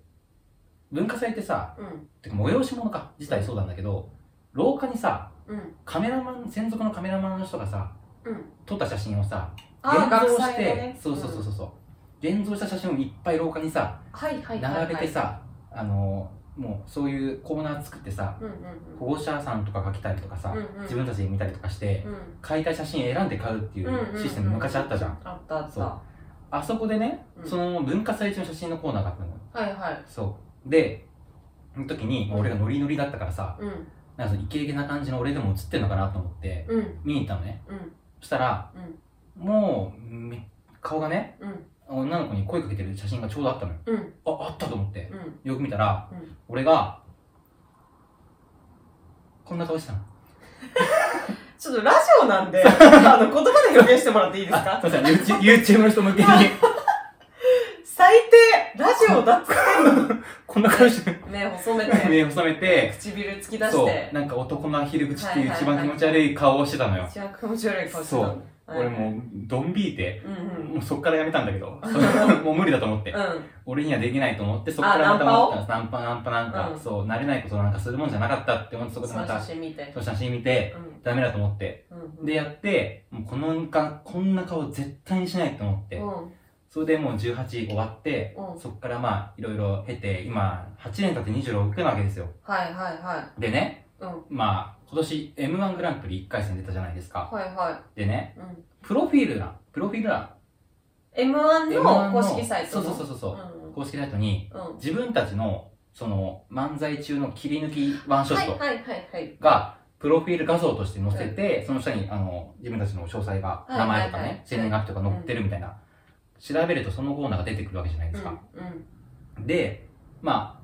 Speaker 1: 文化祭ってさ、
Speaker 2: うん。
Speaker 1: てか催し物か、自体そうなんだけど、廊下にさ、
Speaker 2: うん。
Speaker 1: カメラマン、専属のカメラマンの人がさ、
Speaker 2: うん。
Speaker 1: 撮った写真をさ、
Speaker 2: あ
Speaker 1: 現
Speaker 2: ー、学
Speaker 1: 像
Speaker 2: 祭
Speaker 1: して、
Speaker 2: のね。
Speaker 1: そうそうそう
Speaker 2: うん。
Speaker 1: そうそう、現像した写真をいっぱい廊下にさ、
Speaker 2: はいはいはいはい。
Speaker 1: 並べてさ、あの、もうそういうコーナー作ってさ、
Speaker 2: うんうん
Speaker 1: 保護者さんとかが来たりとかさ、
Speaker 2: うんうん
Speaker 1: 自分たちで見たりとかして、
Speaker 2: うん。うん。
Speaker 1: 買いたい写真選んで買うってい
Speaker 2: んうんう
Speaker 1: うんシステム昔あったじゃん。
Speaker 2: あったあった。
Speaker 1: そう
Speaker 2: は
Speaker 1: あそこでね、
Speaker 2: うん
Speaker 1: その文化祭中の写真のコーナーがあったのよ。
Speaker 2: いはい。
Speaker 1: そう。で、その時に、俺がノリノリだったからさ、
Speaker 2: うん。
Speaker 1: なんかそのイケイケな感じの俺でも映ってんのかなと思って、
Speaker 2: うん。
Speaker 1: 見に行ったのね。
Speaker 2: うん。
Speaker 1: そしたら、
Speaker 2: うん
Speaker 1: もうめ、顔がね、
Speaker 2: うん。
Speaker 1: 女の子に声かけてる写真がちょうどあったのよ。
Speaker 2: うん。
Speaker 1: あ、あったと思って。
Speaker 2: うん。
Speaker 1: よく見たら、
Speaker 2: うん
Speaker 1: 俺が、こんな顔してたの。
Speaker 2: ちょっとラジオなんで、あの、言葉で表現してもらっていいです
Speaker 1: あ
Speaker 2: か、
Speaker 1: すいません、YouTube の人向けに、
Speaker 2: 最低ラジオだっつっ
Speaker 1: こんな顔してる。
Speaker 2: て。目細めて、
Speaker 1: 目を覚めて、
Speaker 2: 唇突き出し
Speaker 1: そ
Speaker 2: て
Speaker 1: う、、なんか男のアヒル口っていう
Speaker 2: はい
Speaker 1: 一
Speaker 2: はいはい
Speaker 1: 番気持ち悪い顔をしてたのよ。
Speaker 2: 一番気持ち悪い顔してたの。はい
Speaker 1: 俺。もう、ドンビーて、
Speaker 2: うんうん。
Speaker 1: もうそっからやめたんだけ ど、 もう無理だと思って、
Speaker 2: う
Speaker 1: 俺にはできないと思って、そっからまた
Speaker 2: あナンパを
Speaker 1: 思ったんですナンパ、ナンパなんか、
Speaker 2: うん
Speaker 1: そう、慣れないことなんかするもんじゃなかったって思って、そこ
Speaker 2: ん。
Speaker 1: で
Speaker 2: そ
Speaker 1: ま
Speaker 2: の
Speaker 1: た、
Speaker 2: 写
Speaker 1: そ
Speaker 2: 真見て。
Speaker 1: の写真見て、
Speaker 2: うん
Speaker 1: ダメだと思って、
Speaker 2: うんうん。
Speaker 1: で、やって、もうこのか、こんな顔絶対にしないと思って、
Speaker 2: うん。
Speaker 1: それでもう18終わって、
Speaker 2: うん。
Speaker 1: そっからまあ、いろいろ経て、今、8年経って26なわけですよ。
Speaker 2: はいはいは
Speaker 1: でね、
Speaker 2: い。うん。
Speaker 1: まあ、今年 M1 グランプリ1回戦出たじゃないですか。
Speaker 2: はいは
Speaker 1: でね、
Speaker 2: い。うん。
Speaker 1: プロフィール欄、プロフィール欄、
Speaker 2: M1
Speaker 1: M1
Speaker 2: の公式サイ
Speaker 1: そ
Speaker 2: トの。
Speaker 1: うそうそううそうそう、
Speaker 2: ん
Speaker 1: 公式サイトに、
Speaker 2: うん。
Speaker 1: 自分たちの、その、漫才中の切り抜きワンショ
Speaker 2: は
Speaker 1: ッ
Speaker 2: い
Speaker 1: ト
Speaker 2: はいはいはい。
Speaker 1: が、プロフィール画像として載せて、その下に、あの、自分たちの詳細が、
Speaker 2: はい
Speaker 1: 名前とか
Speaker 2: はいはい
Speaker 1: ね、生年月日とか載ってるみたいな、調べるとそのコーナーが出てくるわけじゃないですか。
Speaker 2: うん。うん。
Speaker 1: で、ま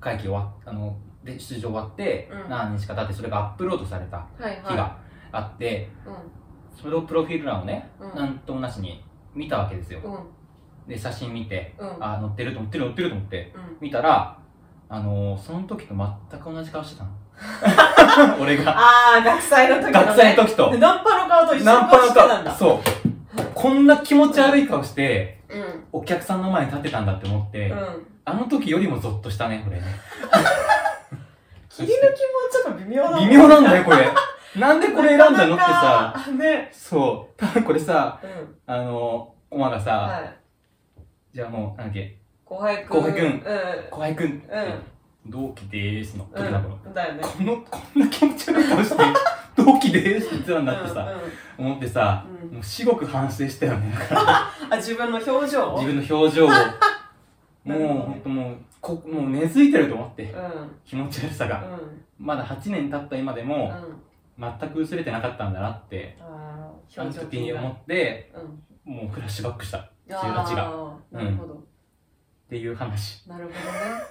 Speaker 1: あ、会期終わっ、あの、で、出場終わって
Speaker 2: う、ん
Speaker 1: 何日か経ってそれがアップロードされた
Speaker 2: はい
Speaker 1: 日
Speaker 2: は
Speaker 1: があって、
Speaker 2: い。
Speaker 1: それをプロフィール欄をね、
Speaker 2: うん。うん。
Speaker 1: なんともなしに見たわけですよ
Speaker 2: う。ん。
Speaker 1: で、写真見て、
Speaker 2: うん。
Speaker 1: あ、載ってると思ってる、載ってると思って、
Speaker 2: うん。
Speaker 1: 見たら、あのーその時と全く同じ顔してた の。俺が。
Speaker 2: あー、学祭の時のね。
Speaker 1: 学生の時と。
Speaker 2: ナンパの顔と一緒に
Speaker 1: ナンパの
Speaker 2: してたん
Speaker 1: 顔
Speaker 2: だ。
Speaker 1: そうこんな気持ち悪い顔して
Speaker 2: うん。
Speaker 1: お客さんの前に立ってたんだって思って、
Speaker 2: うん。
Speaker 1: あの時よりもゾッとしたねこれね
Speaker 2: 切り抜きもちょっと微妙だ も
Speaker 1: 微妙なんだよこれなんでこれ選んだのってさ。
Speaker 2: あね。
Speaker 1: そう多分これさ
Speaker 2: うん。
Speaker 1: あのコマがさ、
Speaker 2: はい。
Speaker 1: じゃあもうなんだっけ
Speaker 2: 後輩く
Speaker 1: 後
Speaker 2: ん。
Speaker 1: 輩くん
Speaker 2: うん。
Speaker 1: 「小林くん」って、同期でーす」の時だもの、
Speaker 2: うん。だよね。
Speaker 1: このこんな気持ち悪い顔して「同期でーす」って言ってたんだってさ、
Speaker 2: う
Speaker 1: 思ってさ
Speaker 2: んうん。うん
Speaker 1: もう至極反省したよねだから
Speaker 2: あ、自分の表情
Speaker 1: 自分の表情を
Speaker 2: なるほ
Speaker 1: もう
Speaker 2: ど
Speaker 1: 本当もうこもう根付いてると思って
Speaker 2: うん。
Speaker 1: 気持ち悪さ
Speaker 2: う
Speaker 1: が
Speaker 2: ん。
Speaker 1: まだ8年経った今で
Speaker 2: うん。
Speaker 1: も
Speaker 2: あ
Speaker 1: 全く薄れてなかったんだなって
Speaker 2: あー、
Speaker 1: あの
Speaker 2: 表情
Speaker 1: 時に思って
Speaker 2: うん。
Speaker 1: もうフラッシュバックしたっ18
Speaker 2: あーなるほど。
Speaker 1: ていう話
Speaker 2: なるほ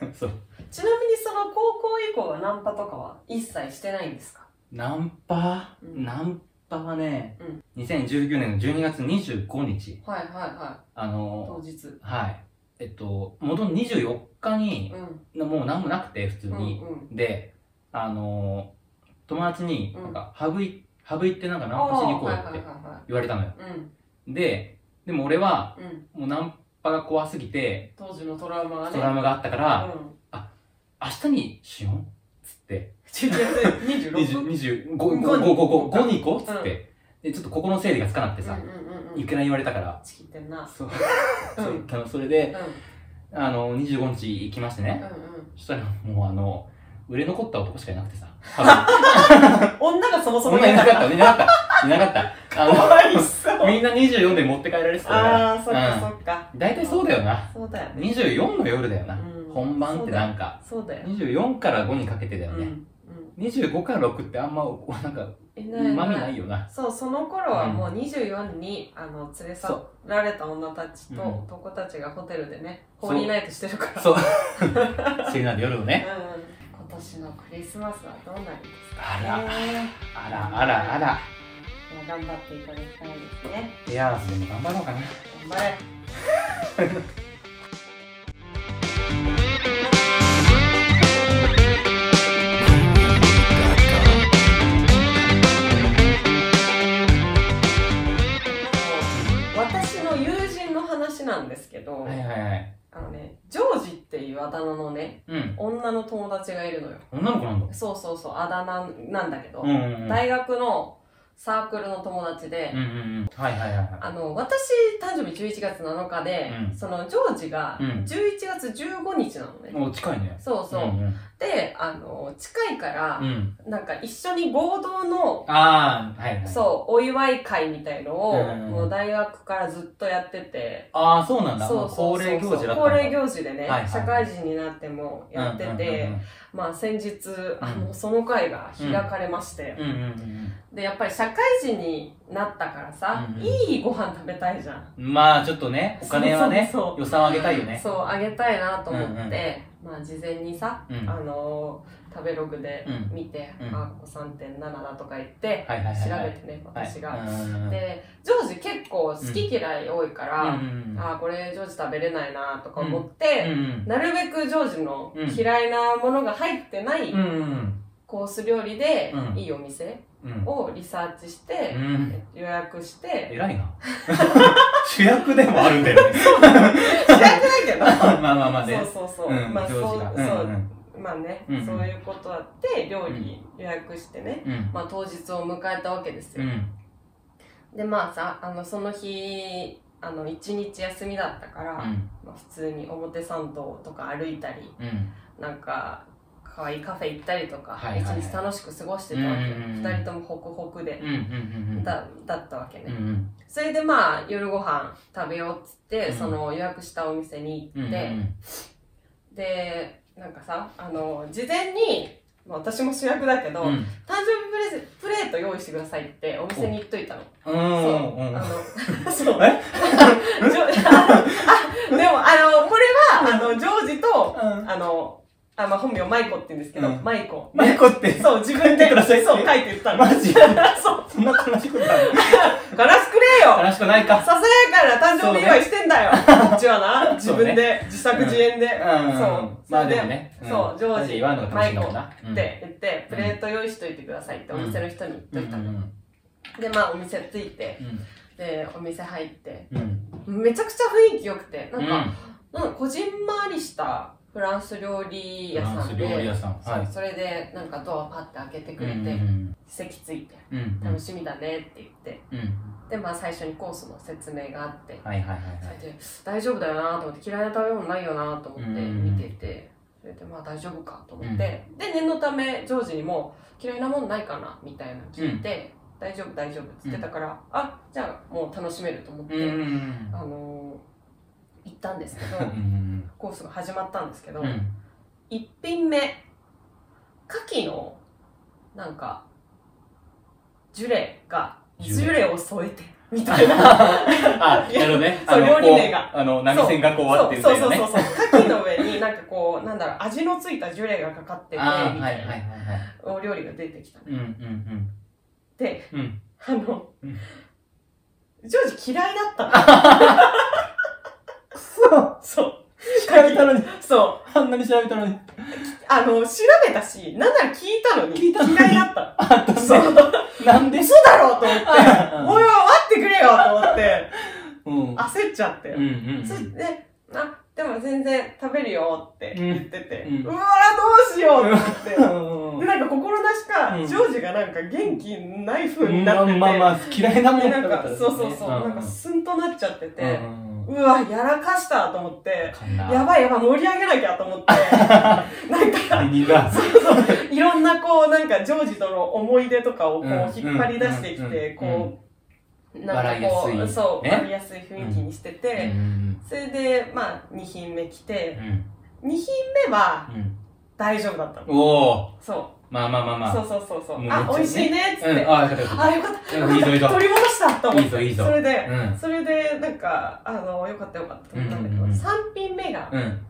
Speaker 2: どね。
Speaker 1: そう
Speaker 2: ちなみにその高校以降はナンパとかは一切してないんですか
Speaker 1: ナンパ、
Speaker 2: うん
Speaker 1: ナンパはね
Speaker 2: うん、
Speaker 1: 2019年の12月25日
Speaker 2: はいはいはい。
Speaker 1: あ
Speaker 2: 当
Speaker 1: の
Speaker 2: 日。
Speaker 1: はいえっと元の24日に
Speaker 2: うん。
Speaker 1: もう何もなくて普通
Speaker 2: うんう
Speaker 1: に、
Speaker 2: ん。
Speaker 1: で、あのー友達に、
Speaker 2: うん
Speaker 1: なんか、ハブい、ハブ行ってなんかナンパしに行こうよ
Speaker 2: あー
Speaker 1: っ
Speaker 2: はい
Speaker 1: て
Speaker 2: はいは
Speaker 1: 言われたのよ。
Speaker 2: いはい。うん。
Speaker 1: で、でも俺は、
Speaker 2: うん。
Speaker 1: もうナンパが怖すぎて、
Speaker 2: 当時のトラウマがね。
Speaker 1: トラウマがあったから、
Speaker 2: うん。
Speaker 1: 明日にしようっつって、
Speaker 2: 11月26
Speaker 1: 20 25、5、
Speaker 2: 五に
Speaker 1: 5、5、5、5に行こうっつって、で、ちょっとここの整理がつかなくてさ、いくら言われたから。
Speaker 2: ちきってんな。
Speaker 1: そう。
Speaker 2: うん
Speaker 1: そうあのそれ
Speaker 2: うん
Speaker 1: で、あの、25日行きましてね。
Speaker 2: うん
Speaker 1: そしたら、もうあの、売れ残った男しかいなくて さ。
Speaker 2: うん。女がそもそ
Speaker 1: そ
Speaker 2: も
Speaker 1: んない
Speaker 2: い
Speaker 1: な
Speaker 2: な
Speaker 1: かっ、
Speaker 2: かった
Speaker 1: いなかった。いなかった。
Speaker 2: た。か
Speaker 1: あ
Speaker 2: わいそう。
Speaker 1: の、みんな24で持って帰られてたから。
Speaker 2: ああ、そっかそっか。
Speaker 1: 大体そうだよな。
Speaker 2: そうだよね。
Speaker 1: 24の夜だよな。
Speaker 2: うん
Speaker 1: 本番ってなんか、
Speaker 2: そうだよ。
Speaker 1: 24から5にかけてだよ
Speaker 2: うんう
Speaker 1: ね。
Speaker 2: ん
Speaker 1: 25から6ってあんま、なんか、
Speaker 2: いうな
Speaker 1: ま
Speaker 2: い
Speaker 1: み
Speaker 2: い
Speaker 1: な
Speaker 2: ない
Speaker 1: いよな。
Speaker 2: そう、その頃はもう24にあの連れ去られた女たちと
Speaker 1: うん
Speaker 2: 男たちがホテルでね、
Speaker 1: そ
Speaker 2: ホ
Speaker 1: う
Speaker 2: ーリーナイトしてるから。
Speaker 1: そう。セリナの夜を
Speaker 2: うん
Speaker 1: ね。
Speaker 2: 今年のクリスマスはどうなります
Speaker 1: あ
Speaker 2: かね
Speaker 1: ら、あら、あら、あら。
Speaker 2: いや頑張っていただきたいですね。
Speaker 1: エアーズでも頑張ろうかな。
Speaker 2: 頑 張れ。私の友人の話なんですけど、
Speaker 1: はいはいはい。
Speaker 2: あのね、ジョージっていうあだ名のね、
Speaker 1: うん。
Speaker 2: 女の友達がいるのよ。
Speaker 1: 女の子なんだ。
Speaker 2: そうそうそう、あだ名なんだけど、
Speaker 1: うんうんうん。
Speaker 2: 大学のサークルの友達で、
Speaker 1: うんうんうん。はいはいはいは
Speaker 2: あの、私、誕生日11月7日で、
Speaker 1: うん
Speaker 2: その、ジョージが、
Speaker 1: うん
Speaker 2: 11月15日なのね。
Speaker 1: い。もう近いね。
Speaker 2: そうそう。
Speaker 1: んん
Speaker 2: で、あの、近いから、
Speaker 1: うん。
Speaker 2: なんか一緒に合同の、
Speaker 1: ああ、はいはい。う。
Speaker 2: そう、お祝い会みたいのを、
Speaker 1: うん
Speaker 2: もう大学からずっとやってて、
Speaker 1: ああ、そうなんだ。
Speaker 2: そうそうそう
Speaker 1: もう恒例行事だったんだ。
Speaker 2: 恒例行事でね、
Speaker 1: はいはい
Speaker 2: 社会人になってもやってて、まあ先日、あの、その会が開かれまして、
Speaker 1: うんうんうんうん。うんうん
Speaker 2: で、やっぱり社会人になったからさ、
Speaker 1: うんうん
Speaker 2: いいご飯食べたいじゃん。
Speaker 1: うんまあ、ちょっとね、お金はね、
Speaker 2: そうそうそう
Speaker 1: 予算を上げたいよね。
Speaker 2: そう、あげたいなと思って、まあ事前にさ、
Speaker 1: うん。
Speaker 2: あ
Speaker 1: はい
Speaker 2: のー食べログで
Speaker 1: うん
Speaker 2: 見て、
Speaker 1: うん
Speaker 2: あここ3.7だとか言って、
Speaker 1: はいはいはい。
Speaker 2: 調べてね、私が。
Speaker 1: はいうんうんうん、
Speaker 2: で、ジョージ結構好き嫌い多いから、
Speaker 1: うんうんうん、
Speaker 2: あこれジョージ食べれないなとか思っ
Speaker 1: うん
Speaker 2: て、
Speaker 1: うん
Speaker 2: なるべくジョージの
Speaker 1: うん
Speaker 2: 嫌いなものが入ってない
Speaker 1: うんうん
Speaker 2: コース料理で
Speaker 1: うん
Speaker 2: いいお店
Speaker 1: うん。
Speaker 2: をリサーチして
Speaker 1: う、ん。
Speaker 2: 予約して、
Speaker 1: 偉いな。主役でもあるんだよね。
Speaker 2: 知らないけ ど、
Speaker 1: まあまあまあね。
Speaker 2: そうそうそう、
Speaker 1: うん、
Speaker 2: まあそう、
Speaker 1: 上
Speaker 2: そ
Speaker 1: 司が。
Speaker 2: う、
Speaker 1: うんうん
Speaker 2: まあね、
Speaker 1: うんうん
Speaker 2: そういうことあって料理予約してね、
Speaker 1: うん。
Speaker 2: まあ、当日を迎えたわけです
Speaker 1: う
Speaker 2: よ、
Speaker 1: ん。
Speaker 2: でまあさあのその日あの一日休みだったから、
Speaker 1: うん。
Speaker 2: まあ、普通に表参道とか歩いたり
Speaker 1: うん。
Speaker 2: なんか可愛いカフェ行ったりとか、
Speaker 1: はいはいはい
Speaker 2: 一日楽しく過ごしてたわけよ、
Speaker 1: うんうんうん
Speaker 2: 2人ともホクホクで、
Speaker 1: うん。うん。うん。
Speaker 2: だだったわけね、
Speaker 1: うんうん。
Speaker 2: それでまあ夜ご飯食べようっつって、
Speaker 1: うん
Speaker 2: その予約したお店に
Speaker 1: うん。
Speaker 2: 行
Speaker 1: う
Speaker 2: っ
Speaker 1: ん
Speaker 2: て、でなんかさあの事前にまあ私も主役だけど、
Speaker 1: うん。うん。
Speaker 2: 誕生日プレゼプレート用意してくださいってお店に言っといたの。
Speaker 1: うん。うん。
Speaker 2: あ
Speaker 1: あ
Speaker 2: の、そう。
Speaker 1: え
Speaker 2: ちょ ああ、でも、あの、これは、あの、ジョージと、あの、あ、まあ、本名マイコって言うんですけど、
Speaker 1: うん
Speaker 2: マイコ。
Speaker 1: マイコって
Speaker 2: そう、自分
Speaker 1: 書
Speaker 2: で、
Speaker 1: いてくださいって
Speaker 2: そう、書いて言ったの。
Speaker 1: マジ
Speaker 2: そう、
Speaker 1: そんな悲しいことある
Speaker 2: ガラスくれよ
Speaker 1: 悲しくないか。
Speaker 2: ささやかな誕生日祝いしてんだようちはな、自
Speaker 1: そうね
Speaker 2: 分で、自作自演で。
Speaker 1: うん。
Speaker 2: そう。
Speaker 1: まあ
Speaker 2: それ
Speaker 1: でもね。ん
Speaker 2: そう、ジョージ、
Speaker 1: 言わんのが
Speaker 2: マ
Speaker 1: 楽し
Speaker 2: イ
Speaker 1: い
Speaker 2: コ
Speaker 1: のか
Speaker 2: っ
Speaker 1: な。うん
Speaker 2: て言って、プレート用意しといてくださいってお店の人に
Speaker 1: う
Speaker 2: 言
Speaker 1: ん。
Speaker 2: っ
Speaker 1: う
Speaker 2: とい
Speaker 1: ん
Speaker 2: たの。で、まあ、お店着いて、
Speaker 1: うん。
Speaker 2: で、お店入って、
Speaker 1: うん。
Speaker 2: めちゃくちゃ雰囲気良くて、なんか、なんかこじんまりしたフランス料理
Speaker 1: フ
Speaker 2: 屋
Speaker 1: ラ
Speaker 2: さ
Speaker 1: ンス
Speaker 2: んで、
Speaker 1: 料理屋さん。はい
Speaker 2: そう。それで、なんかドアパッて開けてく
Speaker 1: うん
Speaker 2: れ
Speaker 1: う
Speaker 2: て、
Speaker 1: んうん
Speaker 2: 席ついて、
Speaker 1: うん
Speaker 2: 楽しみだねって言って、
Speaker 1: うんうん
Speaker 2: で、まあ最初にコースの説明があって、
Speaker 1: はいはいはい
Speaker 2: そ
Speaker 1: は
Speaker 2: れ
Speaker 1: い
Speaker 2: で、大丈夫だよなと思って、嫌いな食べ物ないよなと思って
Speaker 1: うん
Speaker 2: 見てて、それで、まあ大丈夫かと思って、で、念のため、ジョージにも、嫌いなもんないかなみたいなの聞いて、大丈夫大丈夫って言ってたから、あ、じゃあもう楽しめると思って、
Speaker 1: うんうんうん
Speaker 2: あのー行ったんですけど
Speaker 1: う、ん
Speaker 2: コースが始まったんですけど、
Speaker 1: うんうん
Speaker 2: 一品目牡蠣のなんかジュレが
Speaker 1: ジュレ
Speaker 2: ジュレを添えてみたいな
Speaker 1: あ、なるほどね。
Speaker 2: そう
Speaker 1: あの
Speaker 2: 料理名が
Speaker 1: こうあの、波線がこうあってみ
Speaker 2: そ
Speaker 1: た
Speaker 2: う
Speaker 1: いな
Speaker 2: そう
Speaker 1: ね。
Speaker 2: そうそうそう牡蠣の上になんかこうなんだろう味のついたジュレがかかっててみ
Speaker 1: あーは
Speaker 2: た
Speaker 1: いはいは
Speaker 2: い
Speaker 1: い
Speaker 2: な
Speaker 1: はい。
Speaker 2: お料理が出てきた
Speaker 1: うんうんうん。
Speaker 2: で
Speaker 1: うん。
Speaker 2: あの、
Speaker 1: うん
Speaker 2: ジョージ嫌いだった
Speaker 1: く そ
Speaker 2: のそう
Speaker 1: 調べたのに、
Speaker 2: そう
Speaker 1: あんなに調べたのに。
Speaker 2: あの調べたしなんなら聞いたのに
Speaker 1: 聞いたのに
Speaker 2: 嫌いだ った
Speaker 1: あと
Speaker 2: そう
Speaker 1: さ、なんで
Speaker 2: 嘘だろうと思って
Speaker 1: うん
Speaker 2: おいおい待ってくれよと思って
Speaker 1: うん。
Speaker 2: 焦っちゃって
Speaker 1: うんうんうん。
Speaker 2: それで、あ、でも全然食べるよって言ってて、
Speaker 1: うんう
Speaker 2: うんわーどうしようって思って。で、なんか心なしか、
Speaker 1: うん
Speaker 2: ジョージがなんか元気ない風に
Speaker 1: ま
Speaker 2: な
Speaker 1: あ
Speaker 2: ってて、
Speaker 1: まあまあ、嫌いなもん
Speaker 2: で
Speaker 1: 食
Speaker 2: な
Speaker 1: べ
Speaker 2: ん
Speaker 1: たら
Speaker 2: か、
Speaker 1: ね
Speaker 2: そうそうそう、なんか
Speaker 1: ん
Speaker 2: スンとなっちゃって
Speaker 1: うん
Speaker 2: て、
Speaker 1: うん
Speaker 2: うわ、やらかしたと思って、
Speaker 1: かんな
Speaker 2: やばいやばい、盛り上げなきゃと 思って、なんか、
Speaker 1: 第二弾
Speaker 2: いろんなこう、なんか、ジョージとの思い出とかをこ
Speaker 1: う
Speaker 2: う
Speaker 1: ん、
Speaker 2: 引っ張り出してきて、
Speaker 1: うんうん
Speaker 2: こう、なんかこ
Speaker 1: 笑いや
Speaker 2: う、
Speaker 1: すい
Speaker 2: そう、
Speaker 1: ね
Speaker 2: 笑いやすい雰囲気にして
Speaker 1: うん
Speaker 2: て、それで、まあ、2品目来
Speaker 1: う
Speaker 2: て、
Speaker 1: ん
Speaker 2: 2品目は
Speaker 1: うん
Speaker 2: 大丈夫だったの。
Speaker 1: おお
Speaker 2: そ
Speaker 1: まあまあまあ
Speaker 2: う、
Speaker 1: まあ
Speaker 2: そうそうそうそう、
Speaker 1: もうめ
Speaker 2: あ、美
Speaker 1: っ
Speaker 2: 味し
Speaker 1: ちゃ
Speaker 2: いね、っつっ
Speaker 1: うん
Speaker 2: て。
Speaker 1: ああよかったよかっ
Speaker 2: あ、よかった。よ
Speaker 1: うんいいぞいい
Speaker 2: か
Speaker 1: ぞ
Speaker 2: った。取り戻したと
Speaker 1: た
Speaker 2: 思
Speaker 1: い
Speaker 2: っ
Speaker 1: い
Speaker 2: て。
Speaker 1: ぞいいぞ
Speaker 2: それで、
Speaker 1: うん
Speaker 2: それで、なんか、あの、よかったよかったと思ったんだけど、
Speaker 1: うんうんうん
Speaker 2: 3品目が、
Speaker 1: うん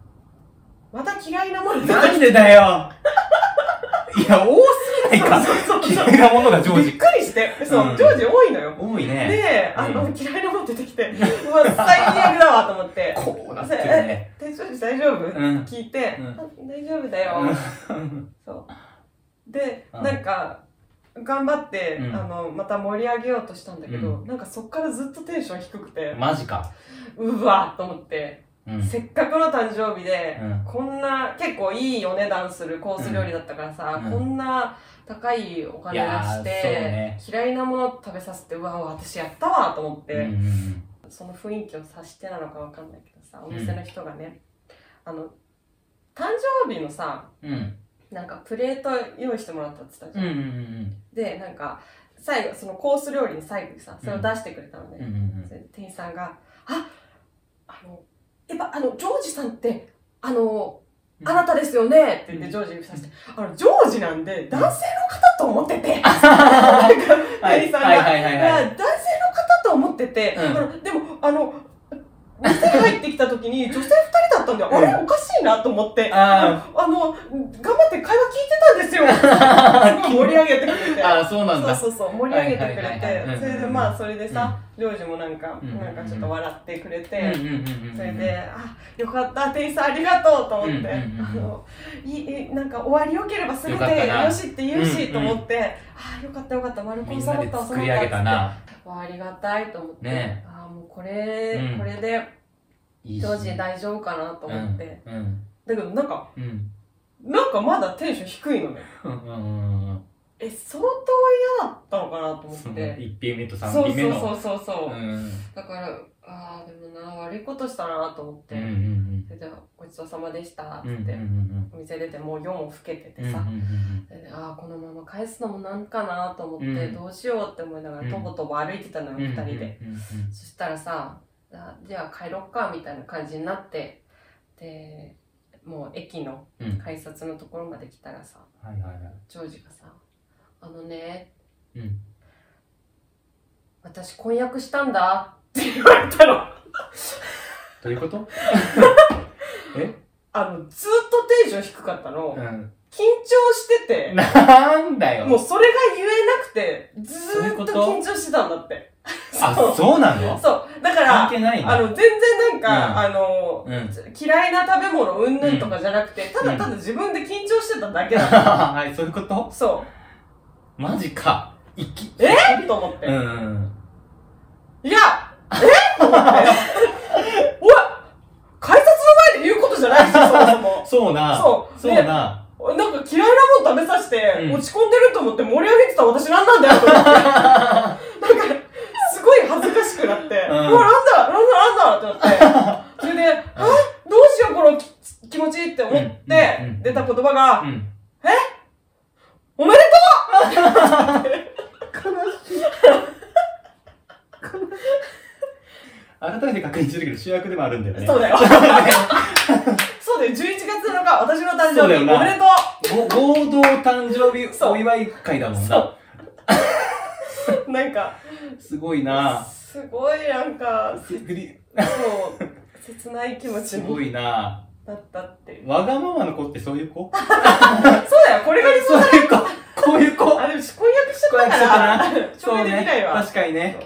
Speaker 2: また嫌いなものだ。
Speaker 1: なんでだよいや多すぎないか
Speaker 2: そうそうそう
Speaker 1: 嫌いなものがジョー
Speaker 2: びっ
Speaker 1: ジ
Speaker 2: くりして、そう、
Speaker 1: うん
Speaker 2: ジョージ多いのよ。
Speaker 1: 多いね
Speaker 2: で、あの、
Speaker 1: う
Speaker 2: 嫌いなもん出てきて、うわ、最悪だわと思って、
Speaker 1: こうなってるね
Speaker 2: え、大丈夫大丈夫、
Speaker 1: うん
Speaker 2: 聞いて、
Speaker 1: うん
Speaker 2: あ大丈夫だよ。
Speaker 1: うん
Speaker 2: そう。で、
Speaker 1: うん
Speaker 2: なんか、頑張って、
Speaker 1: うん
Speaker 2: あの、また盛り上げようとしたんだけど、
Speaker 1: う
Speaker 2: なんかそっからずっとテンション低くて、
Speaker 1: マジか
Speaker 2: うわと思って、
Speaker 1: うん
Speaker 2: せっかくの誕生日で、
Speaker 1: うん
Speaker 2: こんな、結構いいお値段するコース料理だったからさ、
Speaker 1: うん
Speaker 2: こんな高いお金出し
Speaker 1: いやー
Speaker 2: て、
Speaker 1: そうね
Speaker 2: 嫌いなもの食べさせて、うわ私やったわと思って、
Speaker 1: うんうん
Speaker 2: その雰囲気を察してなのかわかんないけどさお店の人がね、あの誕生日のさ
Speaker 1: うん
Speaker 2: なんかプレート用意してもらったって言った
Speaker 1: う
Speaker 2: じ
Speaker 1: ん
Speaker 2: ゃん、
Speaker 1: うん
Speaker 2: でなんか最後そのコース料理の最後にさそれを出してくれたの
Speaker 1: うんうんう
Speaker 2: ね、
Speaker 1: ん
Speaker 2: それで店員さんが「ああのやっぱあのジョージさんってあの
Speaker 1: うん
Speaker 2: あなたですよね」って言って
Speaker 1: うん
Speaker 2: ジョージに指さして「あのジョージなんで男性の方と思って て」なんか
Speaker 1: はい
Speaker 2: 店員さんが
Speaker 1: はいはいはい
Speaker 2: い
Speaker 1: はい
Speaker 2: や男性の方と思ってて、
Speaker 1: うん
Speaker 2: あのでもあの店入ってきた時に女性2人だったんで、
Speaker 1: うん
Speaker 2: あれおかしいなと思って
Speaker 1: あ
Speaker 2: のあの頑張って会話聞いて たんですよすごい盛り上げてくれて。
Speaker 1: ああそうなん
Speaker 2: そう
Speaker 1: だ
Speaker 2: そうそう盛り上げてく
Speaker 1: は
Speaker 2: れ
Speaker 1: いはいはいはい
Speaker 2: てそれでまあそれでさ、ジョージもなんか、
Speaker 1: うん
Speaker 2: なんかちょっと笑ってくれて、
Speaker 1: うんうんうんうん
Speaker 2: それで、あ、よかった、店員さんありがとうと思って、
Speaker 1: うんうんうんうん
Speaker 2: あの、いいい、なんか終わりよければ全
Speaker 1: よかった
Speaker 2: て
Speaker 1: な
Speaker 2: よしって言う
Speaker 1: うんう
Speaker 2: し
Speaker 1: ん
Speaker 2: と思って、あ、よかったよかった、丸子
Speaker 1: み
Speaker 2: に
Speaker 1: ん
Speaker 2: サ
Speaker 1: な
Speaker 2: ボっ
Speaker 1: で
Speaker 2: た、サボ
Speaker 1: 作
Speaker 2: った
Speaker 1: り上げた
Speaker 2: っつっ
Speaker 1: な
Speaker 2: て。わあ、ありがたいと思って、
Speaker 1: ね
Speaker 2: あ、もうこれ、
Speaker 1: うん
Speaker 2: これで、
Speaker 1: いい
Speaker 2: ジョージで大丈夫かなと思って。
Speaker 1: うん
Speaker 2: だけどなんか、
Speaker 1: うん
Speaker 2: なんかまだテンション低いのね。
Speaker 1: うんうんうん
Speaker 2: え、相当嫌だったのかなと思
Speaker 1: そ
Speaker 2: っ
Speaker 1: の
Speaker 2: て。
Speaker 1: 一品目と三
Speaker 2: そう
Speaker 1: 品目
Speaker 2: そう
Speaker 1: の
Speaker 2: そうそうそ
Speaker 1: う
Speaker 2: う。
Speaker 1: ん
Speaker 2: だから、ああ、でもな、悪いことしたなと思って。
Speaker 1: うんうん
Speaker 2: それでごちそうさまでしたっ
Speaker 1: う
Speaker 2: つ
Speaker 1: んうんう
Speaker 2: っ
Speaker 1: ん
Speaker 2: て、
Speaker 1: うん
Speaker 2: お店出てもう4も老けて
Speaker 1: うんうんうん
Speaker 2: てさ、それでああこのまま返すのもなんかなと思って、
Speaker 1: うん
Speaker 2: どうしようって思いなが
Speaker 1: うん
Speaker 2: らとぼとぼ歩いてたのよ、
Speaker 1: うんうん
Speaker 2: 2人で、
Speaker 1: うんうん
Speaker 2: そしたらさあじゃあ帰ろっかみたいな感じになってでもう駅の
Speaker 1: うん
Speaker 2: 改札のところまで来たらさ
Speaker 1: はいはいはい
Speaker 2: ジョージがさ「あのね、
Speaker 1: うん
Speaker 2: 私婚約したんだ」って言われたの。
Speaker 1: どういうこと
Speaker 2: あのずっとテンション低かったの、緊
Speaker 1: ん
Speaker 2: 張してて
Speaker 1: なんだよ
Speaker 2: もうそれが言えなくて、ず
Speaker 1: そういう
Speaker 2: ー
Speaker 1: こ
Speaker 2: っ
Speaker 1: と
Speaker 2: と緊張してたんだって。
Speaker 1: あ
Speaker 2: そう
Speaker 1: そうなの
Speaker 2: そう。だか
Speaker 1: 関
Speaker 2: ら、
Speaker 1: 係ない
Speaker 2: あ
Speaker 1: の
Speaker 2: の、全然なんか、
Speaker 1: うん
Speaker 2: あの、
Speaker 1: うん
Speaker 2: 嫌いな食べ物うんぬんとかじゃなくて、ただただ自分で緊張してただけだった。
Speaker 1: はいそういうこと
Speaker 2: そ
Speaker 1: マジかいき
Speaker 2: う。えっと思って。
Speaker 1: うんうん
Speaker 2: いやえっと思って。 おい改札の前で言うことじゃないでしょ、そもそも。
Speaker 1: そうな
Speaker 2: そう
Speaker 1: そうな
Speaker 2: なんか嫌いなもん食べさせて、
Speaker 1: うん
Speaker 2: 落ち込んでると思って盛り上げてた私なんなんだよ と思って。なんか、すごい恥ずかしくなって、う
Speaker 1: うん
Speaker 2: わ、なんだ、なんだ、なんだってなって、それで、えどうしよう、このき気持ちって思っ
Speaker 1: うんうんう
Speaker 2: て
Speaker 1: ん、
Speaker 2: 出た言葉が、
Speaker 1: うん
Speaker 2: おめで
Speaker 1: 改めて確認してるけど主役でもあるんだよ
Speaker 2: とう
Speaker 1: ね
Speaker 2: そうだよ。そうだよ、11月7日、私の誕
Speaker 1: そうだ
Speaker 2: 生日、
Speaker 1: よな
Speaker 2: おめで と
Speaker 1: ご合同誕生日お祝い会だもんな。
Speaker 2: うなんか、
Speaker 1: すごいな。
Speaker 2: すごいなんか、
Speaker 1: すごい
Speaker 2: もう、切ない気持ち
Speaker 1: すご
Speaker 2: に
Speaker 1: いな。
Speaker 2: なったっていう。
Speaker 1: わがままの子ってそういう子
Speaker 2: そうだよ、これが理想
Speaker 1: そういう子こういう子
Speaker 2: あ、でも婚約しちゃ
Speaker 1: 婚
Speaker 2: ったから、
Speaker 1: そう
Speaker 2: 証明できない
Speaker 1: ね。
Speaker 2: わ。
Speaker 1: 確かにね。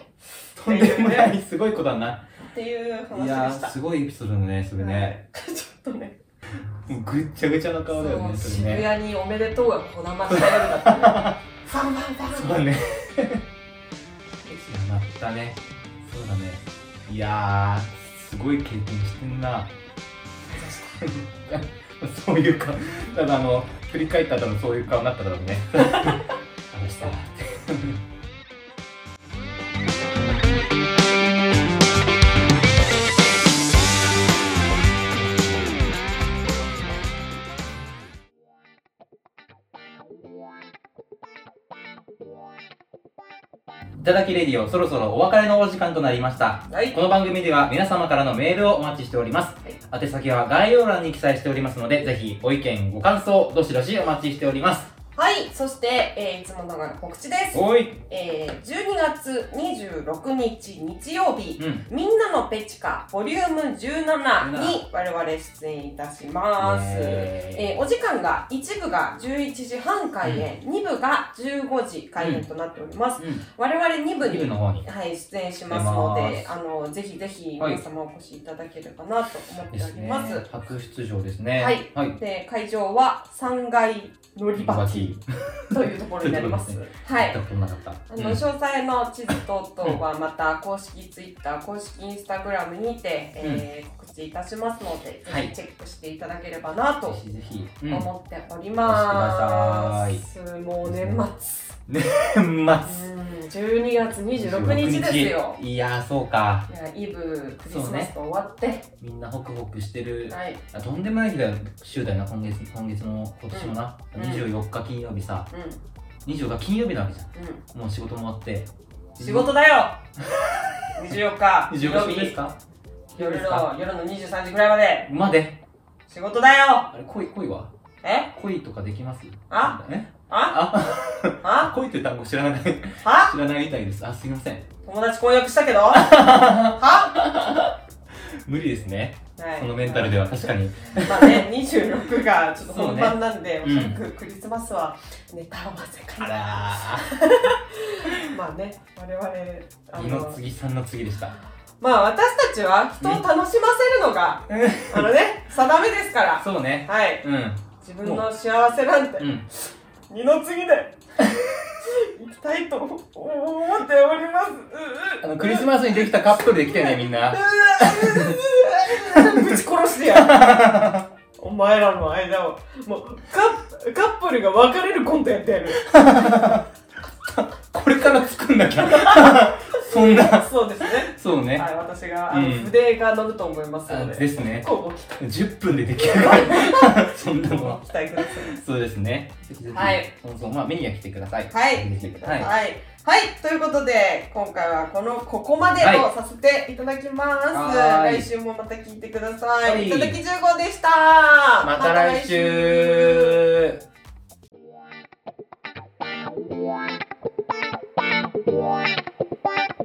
Speaker 1: とんでもない、すごい子だな。
Speaker 2: っていう
Speaker 1: い
Speaker 2: 話
Speaker 1: や
Speaker 2: でした
Speaker 1: ー、。すごいエピソードだね、それね。
Speaker 2: はいちょっとね。
Speaker 1: もうぐっちゃぐちゃな顔だよね、
Speaker 2: そう
Speaker 1: そ
Speaker 2: 渋
Speaker 1: れね。
Speaker 2: 谷におめでとうがこだました夜だったねファンファンファ
Speaker 1: そ
Speaker 2: ン
Speaker 1: うだね。やったね。そうだね。いやー、すごい経験してんな。
Speaker 2: 指した
Speaker 1: そういう顔、ただあの、振り返った後のそういう顔になっただろう ね。あの人はいただきレディオ、そろそろお別れのお時間となりました。
Speaker 2: はい
Speaker 1: この番組では皆様からのメールをお待ちしております。宛先は概要欄に記載しておりますので、ぜひご意見、ご感想、どしどしお待ちしております。
Speaker 2: はい、そして、えーいつもながら告知です。
Speaker 1: おい、
Speaker 2: えー、12月26日日曜日、
Speaker 1: うん。
Speaker 2: みんなのペチカボリューム17
Speaker 1: 17
Speaker 2: に我々出演いたします。えーお時間が1部が11時半開演、2部が15時開演となっております。
Speaker 1: うん、
Speaker 2: 我々2部
Speaker 1: リブ
Speaker 2: に
Speaker 1: の方に。
Speaker 2: はい、出演しますの
Speaker 1: 出ま
Speaker 2: で、
Speaker 1: す
Speaker 2: あの、ぜひぜひ
Speaker 1: はい
Speaker 2: 皆様お越しいただければなと思って
Speaker 1: で
Speaker 2: お
Speaker 1: す
Speaker 2: り
Speaker 1: ね
Speaker 2: ます。。
Speaker 1: 初出場ですね。
Speaker 2: はい。
Speaker 1: はい。
Speaker 2: で会場は3階乗り場
Speaker 1: リ
Speaker 2: というところになります。
Speaker 1: そう
Speaker 2: は
Speaker 1: 行っ
Speaker 2: い
Speaker 1: た。ことなかった。
Speaker 2: あの詳細の地図等々はまた公式 Twitter、公式 Instagram にて、えー告知いたしますので、
Speaker 1: はい
Speaker 2: ぜひチェックしていただければなと
Speaker 1: ぜひぜひ。うん
Speaker 2: 思っております。もう年
Speaker 1: 年
Speaker 2: 末、
Speaker 1: 末。
Speaker 2: うん、12月26日ですよ。
Speaker 1: いやー、そうか。
Speaker 2: いやイブクリスマスと終わって、
Speaker 1: みんなホクホクしてる。
Speaker 2: はい、
Speaker 1: あとんでもない日だよ、週だよな、今月、今月の、今年もな。
Speaker 2: うん
Speaker 1: 24日金曜日さ、
Speaker 2: うん
Speaker 1: 24日金曜日なわけじゃ。
Speaker 2: うん
Speaker 1: もう仕事も終わって。
Speaker 2: ん、仕事だよ。24日
Speaker 1: 24日ですか
Speaker 2: 夜
Speaker 1: ですか
Speaker 2: の夜の23時くらいまで
Speaker 1: まで。
Speaker 2: 仕事だよ。
Speaker 1: あれ、恋、恋は
Speaker 2: え？
Speaker 1: 恋とかできます
Speaker 2: あ
Speaker 1: え
Speaker 2: あ
Speaker 1: あ、
Speaker 2: あ
Speaker 1: 恋という単語知らない。知
Speaker 2: は
Speaker 1: らないみたいです。あ、すいません。
Speaker 2: 友達婚約し たけどは
Speaker 1: 無理ですね。
Speaker 2: はい
Speaker 1: そのメンタルでは確かに。
Speaker 2: まあね、26がちょっと
Speaker 1: そう
Speaker 2: 本
Speaker 1: ね
Speaker 2: 番なんで、お
Speaker 1: うん
Speaker 2: そらくクリスマスはネタ合わせかな。まあね、我々、あ
Speaker 1: 二の
Speaker 2: の、
Speaker 1: 次さんの次でした。
Speaker 2: まあ私たちは人を楽しませるのが、あのね、定めですから。
Speaker 1: そうね。
Speaker 2: はい。
Speaker 1: うん。
Speaker 2: 自分の幸せなんて
Speaker 1: う、ん。
Speaker 2: 二の次で、行きたいと思っております。うう
Speaker 1: あの、クリスマスにできたカップルで来てね、みんな。
Speaker 2: ぶち殺してやるお前らの間をもうカッカップルが別れるコントやってやる
Speaker 1: これから作んなきゃ。そんな。
Speaker 2: そうですね
Speaker 1: そうね。
Speaker 2: はい私があの
Speaker 1: うん
Speaker 2: 筆が乗ると思います
Speaker 1: あ
Speaker 2: の
Speaker 1: で
Speaker 2: です
Speaker 1: ね。
Speaker 2: 乞うご期
Speaker 1: 10分でできるから。そんなのは。
Speaker 2: 待くださ
Speaker 1: そうですね。ぜひぜひ
Speaker 2: はい。
Speaker 1: そうそう。まあ、見には来てください。
Speaker 2: いはい
Speaker 1: ぜ
Speaker 2: 来
Speaker 1: ひ
Speaker 2: て
Speaker 1: ぜ
Speaker 2: く
Speaker 1: ひ
Speaker 2: ださい
Speaker 1: は
Speaker 2: はい、ということで今回はこのここまでを
Speaker 1: はい
Speaker 2: させていただきます、
Speaker 1: はい
Speaker 2: 来週もまた聞いてください、
Speaker 1: はい
Speaker 2: いただき10号でした
Speaker 1: い。また来週。
Speaker 3: Bye.